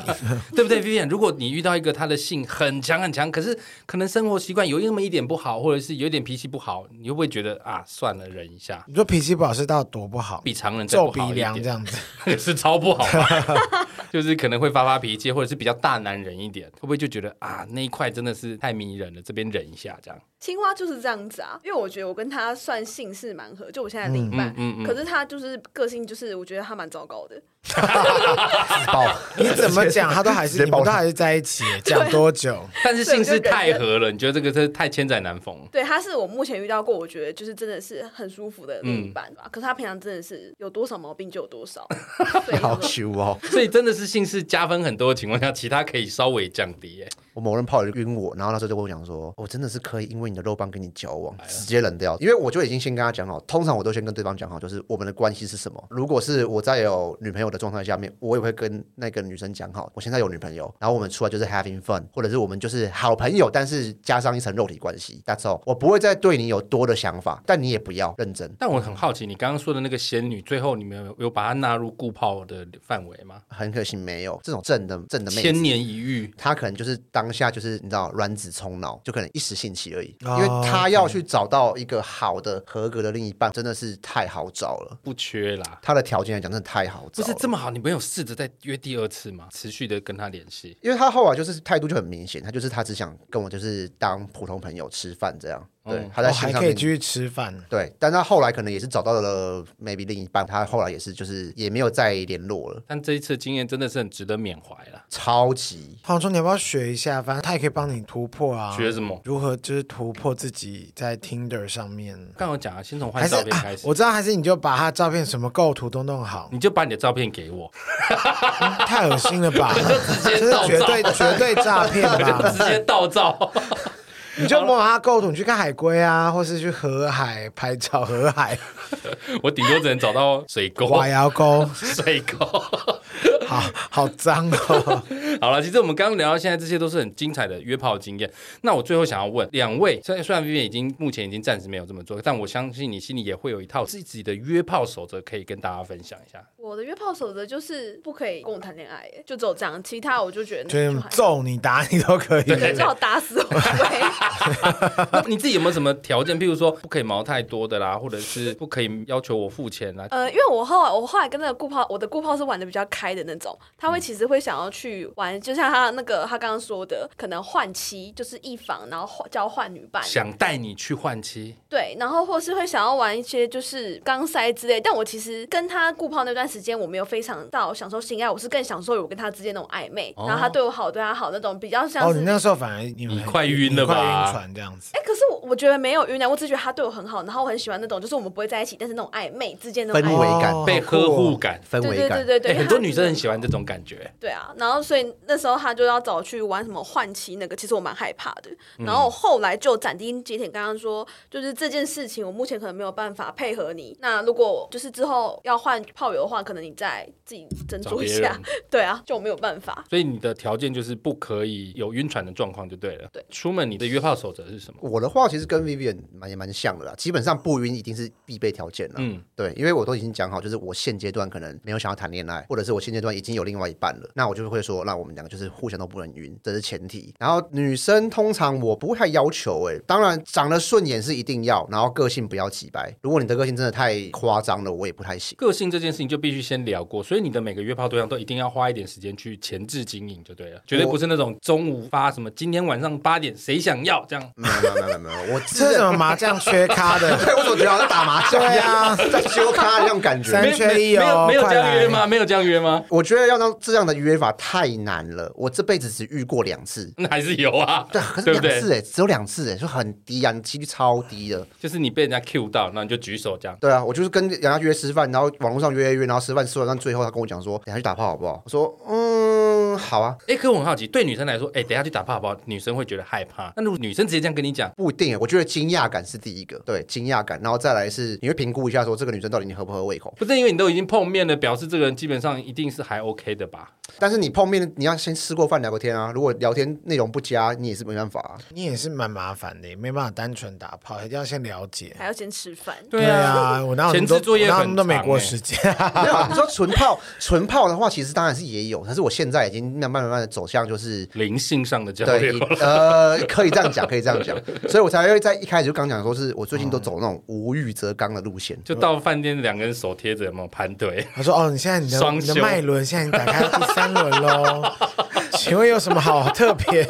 对不对，Vivian？如果你遇到一个他的性很强很强，可是可能生活习惯有那么一点不好，或者是有一点脾气不好，你会不会觉得啊，算了，忍一下，你说脾气不好是到多不 好？比常人再皱不鼻好一梁这点，样子， 也是超不好吧， 就是可能会发发脾气，或者是比较大男人一点，会不会就觉得啊，那一块真的是太迷人了，这边忍一下这样？青蛙就是这样子啊，因为我觉得我跟他算性是蛮合，就我现在的另一半，嗯嗯嗯可是他就是个性就是我觉得他蛮糟糕的， 哦爆你怎么讲他都还 直是接你们爆都炸还是在一起耶，讲多 久？但是性是太合了，你觉得哎这个真的太千载难 逢？对，他是我目前遇到过我觉得就是真的是很舒服的另一半嗯吧，可是他平常真的是有多少毛病就有多 少，所以好就是羞哦！所以真的是性是加分很多的情况下，其他可以稍微降低耶。我某人泡友晕我，然后那时候就跟我讲说，我真的是可以因为你的肉棒跟你交往，直接冷掉，因为我就已经先跟他讲好，通常我都先跟对方讲好，就是我们的关系是什么。如果是我在有女朋友的状态下面，我也会跟那个女生讲好，我现在有女朋友，然后我们出来就是 having fun，或者是我们就是好朋友，但是加上一层肉体关系，that's all。我不会再对你有多的想法，但你也不要认真，但我很好奇，你刚刚说的那个仙女，最后你们有有把她纳入顾炮的范围吗？很可惜没有这种正的正的妹子千。年一遇，他可能就是当下就是你知道卵子冲脑，就可能一时兴起而已，哦因为他要去找到一个好的合格的另一半，真的是太好找了。不缺啦。他的条件来讲，真的太好不找是了。这么好，你没有试着再约第二次吗？持续的跟她联系，因为他后来就是态度就很明显，他就是他只想跟我就是当普通朋友吃饭这样。对，嗯他我在哦还线上可以面继续吃饭。对，但他后来可能也是找到了 maybe 另一半，他后来也是就是也没有再联络了，但这一次经验真的是很值得缅怀啦。超级黄忠，你要不要学一下？反正他也可以帮你突破啊。学什么？如何就是突破自己在 Tinder 上面？刚刚我讲啊，先从还换是照片啊开始，我知道，还是你就把他照片什么构图都 弄好，你就把你的照片给 我，太恶心了吧？这接是盗照绝对绝对诈骗我就 吧直？接盗照。你就模仿他构图，你去看海龟啊，或是去河海拍照，河海、 我顶多只能找 到水沟， 瓦窑沟，水沟。好好脏哦。好了，其实我们刚刚聊到现在，这些都是很精彩的约炮经验。那我最后想要问两位，虽然虽然 Vivian 已经目前已经暂时没有这么做，但我相信你心里也会有一套自己的约炮守则，可以跟大家分享一下。我的约炮守则就是不可以跟我谈恋爱，哎就只有这样，其他我就觉得就是就还揍你、打你都可以。对，最好打死我。 对，那你自己有没有什么条件？譬如说，不可以毛太多的啦，或者是不可以要求我付钱啦。呃，因为我后来我后来跟那个顾炮，我的顾炮是玩的比较开的那种，他会嗯其实会想要去玩，就像他那个他刚刚说的，可能换妻就是一房，然后换交换女伴，想带你去换妻，对，然后或是会想要玩一些就是钢塞之类，但我其实跟他顾泡那段时间，我没有非常到享受性爱，我是更享受我跟他之间那种暧昧，哦然后他对我好，我对他好那种比较像哦，是。你那时候反而你你们快晕了吧你快晕船这样子。哎、可是我我觉得没有晕啊呢，我只是觉得他对我很好，然后我很喜欢那种，就是我们不会在一起，但是那种暧昧之间的那氛种围暧昧，感哦被呵护，好酷哦感。氛对围对对感。对对，哎，因为很多他女生很喜欢这种感觉。对啊，然后所以那时候他就要找我去玩什么换妻那个，其实我蛮害怕的。嗯然后我后来就斩钉截铁跟他说，就是这件事情我目前可能没有办法配合你。那如果就是之后要换炮友的话，可能你再自己斟找酌一别下人。， 对啊，就我没有办法。所以你的条件就是不可以有晕船的状况就对了。对，出门你的约炮守则是什么？我的话其实跟 Vivian 蛮也蛮像的啦，基本上不晕一定是必备条件了。嗯，对，因为我都已经讲好，就是我现阶段可能没有想要谈恋爱，或者是我现阶段已经有另外一半了，那我就会说，那我们两个就是互相都不能晕，这是前提。然后女生通常我不会太要求、欸，当然长得顺眼是一定要，然后个性不要几白。如果你的个性真的太夸张了，我也不太行。个性这件事情就必须先聊过，所以你的每个约炮对象都一定要花一点时间去前置经营就对了，绝对不是那种中午发什么今天晚上八点谁想要这样。没有没有没有没有，我这自是什么认。麻将缺咖的？啊对，我总觉得好像在打麻将一样，在修咖那种感觉。三 没没缺没一有哦没有这快样来约吗？没有这样约吗？ 我觉得要让这样的约法太难了，我这辈子只遇过两次。那还是有啊，对啊，可是对不两对次哎、只有两次哎、就很低啊，你几率超低的。就是你被人家 Q 到，那你就举手这样。对啊，我就是跟人家约吃饭，然后网络上约约约，然后吃饭吃完，但最后他跟我讲说，等一下去打炮好不好？我说嗯，好啊，哎，可我很好奇，对女生来说，哎，等一下去打炮好不好？女生会觉得害怕。那如果女生直接这样跟你讲，不一定欸。我觉得惊讶感是第一个，对，惊讶感，然后再来是你会评估一下说这个女生到底你合不合胃口。不是因为你都已经碰面了，表示这个人基本上一定是还 OK 的吧？但是你碰面你要先吃过饭聊个天啊，如果聊天内容不佳，你也是没办法、啊。你也是蛮麻烦的，也没办法单纯打炮，一定要先了解。还要先吃饭，对啊，我哪有那么多前置作业我哪有很那么多美长国欸时间？没有啊，你说纯炮，纯炮的话，其实当然是也有，但是我现在已经慢慢慢慢的走向就是灵性上的交对，流一。呃，可以这样讲，可以这样讲，所以我才会在一开始就刚讲说，是我最近都走那种无欲则刚的路线。 就到饭店，两个人手贴着，有没有盘腿？ 他说：“哦，你现在你的双你的休脉轮现在已经打开到第三轮 喽，请问有什么好特别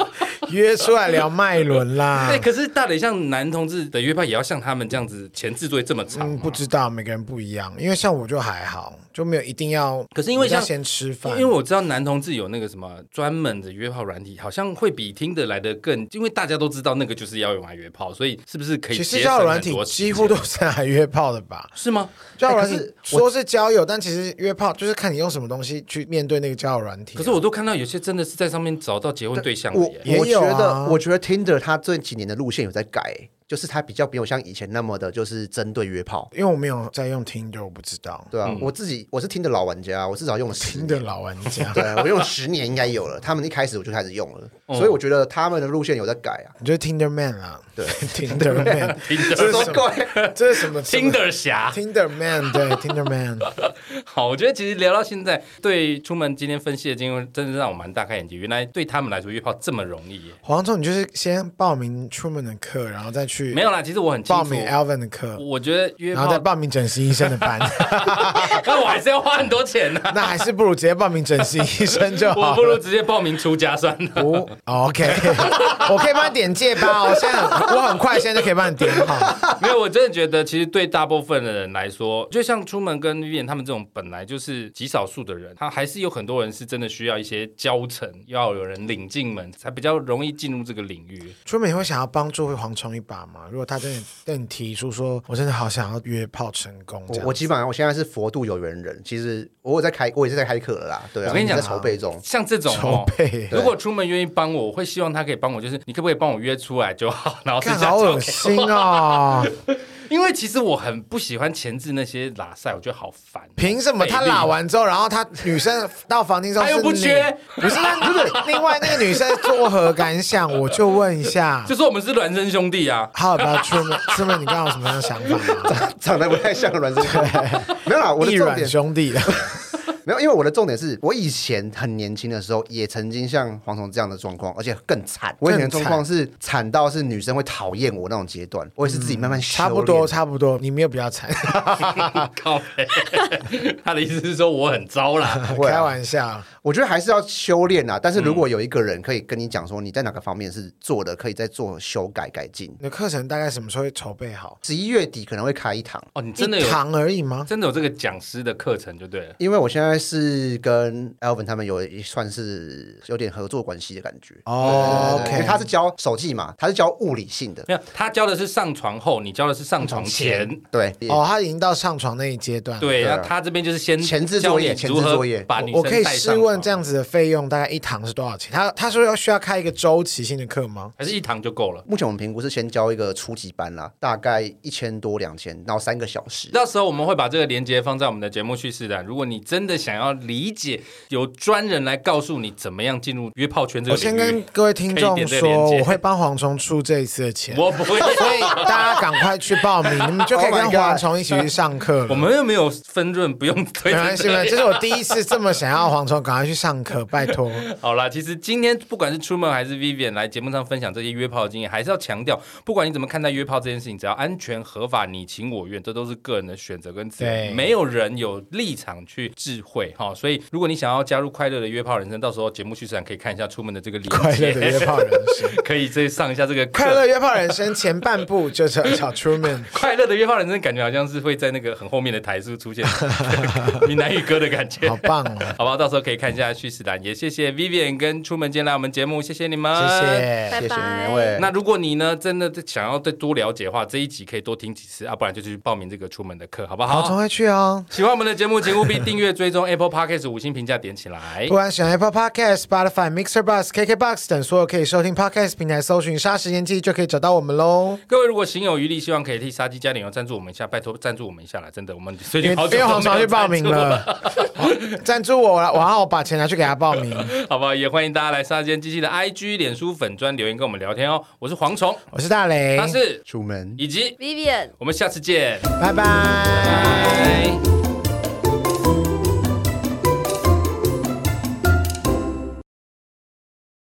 约出来聊脉 轮啦哎、？可是大磊像男同志的约炮，也要像他们这样子前置作业这么长嗯，吗、不知道，每个人不一样。因为像我就还好，就没有一定要。可是因为一定要像先吃饭，因为我知道男同志有那个什么专门的约炮软体，好像会比听的来的更，因为大家都知道那个就是要用来约炮，所以是不是可以其实节交省友软很体多时间？几乎都是来约炮的 吧？是吗？交友软哎可体是我说是交友，但其实约炮就是看你用什么东西去面对那个交友软体啊。可是我都看到有些真的是在上面找到结婚对象的我耶。也我有觉啊得，我觉得 Tinder 它这几年的路线有在改，就是它比较没有像以前那么的，就是针对约炮。因为我没有在用听的，我不知道对啊，嗯我自己我是 Tinder 老玩家，我至少用了十听年。的老玩家。 对，我用十年应该有了。他们一开始我就开始用了，嗯所以我觉得他们的路线有在改 啊。你就是 Tinder Man 啦，对，Tinder Man，听 这是的什各么？位，这是什么听的侠， Tinder Man，对 Tinder Man，好，我觉得其实聊到现在，对出门今天分析的经验，真的让我蛮大开眼界。原来对他们来说约炮这么容易耶。黄总，你就是先报名出门的课，然后再去没有啦，其实我很清报楚，名 Alvin 的课，我觉得约然后再炮，报名整形医生的班， 但我还是要花很多钱呢、啊那还是不如直接报名整形医生就我好不如了。直接报名出家算了。 不、哦、，OK，我 可以帮你点戒疤，我现在很我很快现在就可以帮你点好。没有，我真的觉得，其实对大部分的人来说，就像出门跟 Vivian 他们这种本来就是极少数的人，他还是有很多人是真的需要一些教程，要有人领进门，才比较容易进入这个领域。出门你会想要帮助蝗虫一把吗？如果他真的跟你提出说，我真的好想要约炮成功，这我样我基本上我现在是佛度有缘人，其实我有在开，我也是在开课了啦。对啊，我跟你讲在筹备中。像这种筹哦。备，如果出门愿意帮我，我会希望他可以帮我，就是你可不可以帮我约出来就好，然后剩看下好交恶给心哦！因为其实我很不喜欢前置那些拉塞，我觉得好烦。凭什么他费力拉？完之后，然后他女生到房间之后他是又你，不缺不是那不是另外那个女生作何感想？我就问一下就说我们是孪生兄弟啊， ，How about Truman？Truman，你刚刚有什么样的想法吗？长得不太像孪生兄弟，没有啦，我的一重软点兄弟，没有，因为我的重点是我以前很年轻的时候，也曾经像黄虫这样的状况，而且更惨。我以前的状况是惨到是女生会讨厌我那种阶段，我也是自己慢慢嗯修差炼不多，差不多，你没有比较惨，靠北！他的意思是说我很糟 啦。 会啊开玩笑。我觉得还是要修炼啊。但是如果有一个人可以跟你讲说你在哪个方面是做的，可以再做修改改进。你的课程大概什么时候会筹备好？十一月底可能会开一堂。哦，你真的有一堂而已吗？真的有这个讲师的课程就对了。因为我现在是跟 Alvin 他们有一算是有点合作关系的感觉，哦对因为，OK，他是教手技嘛，他是教物理性的，没有，他教的是上床后，你教的是上床前。对，哦，他已经到上床那一阶段了。对，对啊那他这边就是先前置作业教你前如置何作业把女我生可以带试上问床这样子的费用大概一堂是多少钱？他他说要需要开一个周期性的课吗？还是一堂就够了。目前我们评估是先教一个初级班啦，大概一千多两千，然后三个小时。到时候我们会把这个连接放在我们的节目叙事栏。如果你真的想要理解，有专人来告诉你怎么样进入约炮圈这我个先领跟域。各位听众可以点这个链说，接我会帮蝗虫出这一次的钱， 我不会，所以 大家赶快去报 名，你们就可以 Oh my 跟 God 蝗虫一起去上课了。我们又没有分润，不用推没成关系，没这关样系，这是我第一次这么想要蝗虫赶快去上课，拜托。 好啦，其实今天不管是出门还是 Vivian 来节目上分享这些约炮的经验，还是要强调，不管你怎么看待约炮这件事情，只要安全合法，你情我愿，这都是个人的选择跟自由，对没有人有立场去智慧哈。所以，如果你想要加入快乐的约炮人生，到时候节目叙事栏可以看一下出门的这个链快乐的接，约炮人生，可以再上一下这个 快课。乐约炮人生前半部就是小 Truman。快乐的约炮人生，感觉好像是会在那个很后面的台数出 现闽南语歌的感觉好。棒哦！好吧，到时候可以看一下叙事栏，也谢谢 Vivian 跟出门今天来我们节目，谢谢你们，谢谢，拜谢谢拜两位。那如果你呢，真的想要再多了解的话，这一集可以多听几次啊，不然就去报名这个出门的课，好不好，同好？会去哦。喜欢我们的节目，请务必订阅、追踪 Apple Podcast 五星评价点起来不。管选 Apple Podcast、Spotify、Mixer Box、KKBox 等所有可以收听 Podcast 平台，搜寻“杀时间机”就可以找到我们喽。各位如果行有余力，希望可以替杀鸡加点油赞助我们一下，拜托赞助我们一下啦，真的，我们最因为近好因久为都黄朝没去有报名了， 赞助我了，然后我把钱拿去给他报名。赞助， 好不好？也欢迎大家来杀鸡间机器的 IG、脸书粉专留言跟我们聊天哦。我是蝗虫，我是大雷他，是出门。以及，Vivian。我们下次见，拜拜。拜。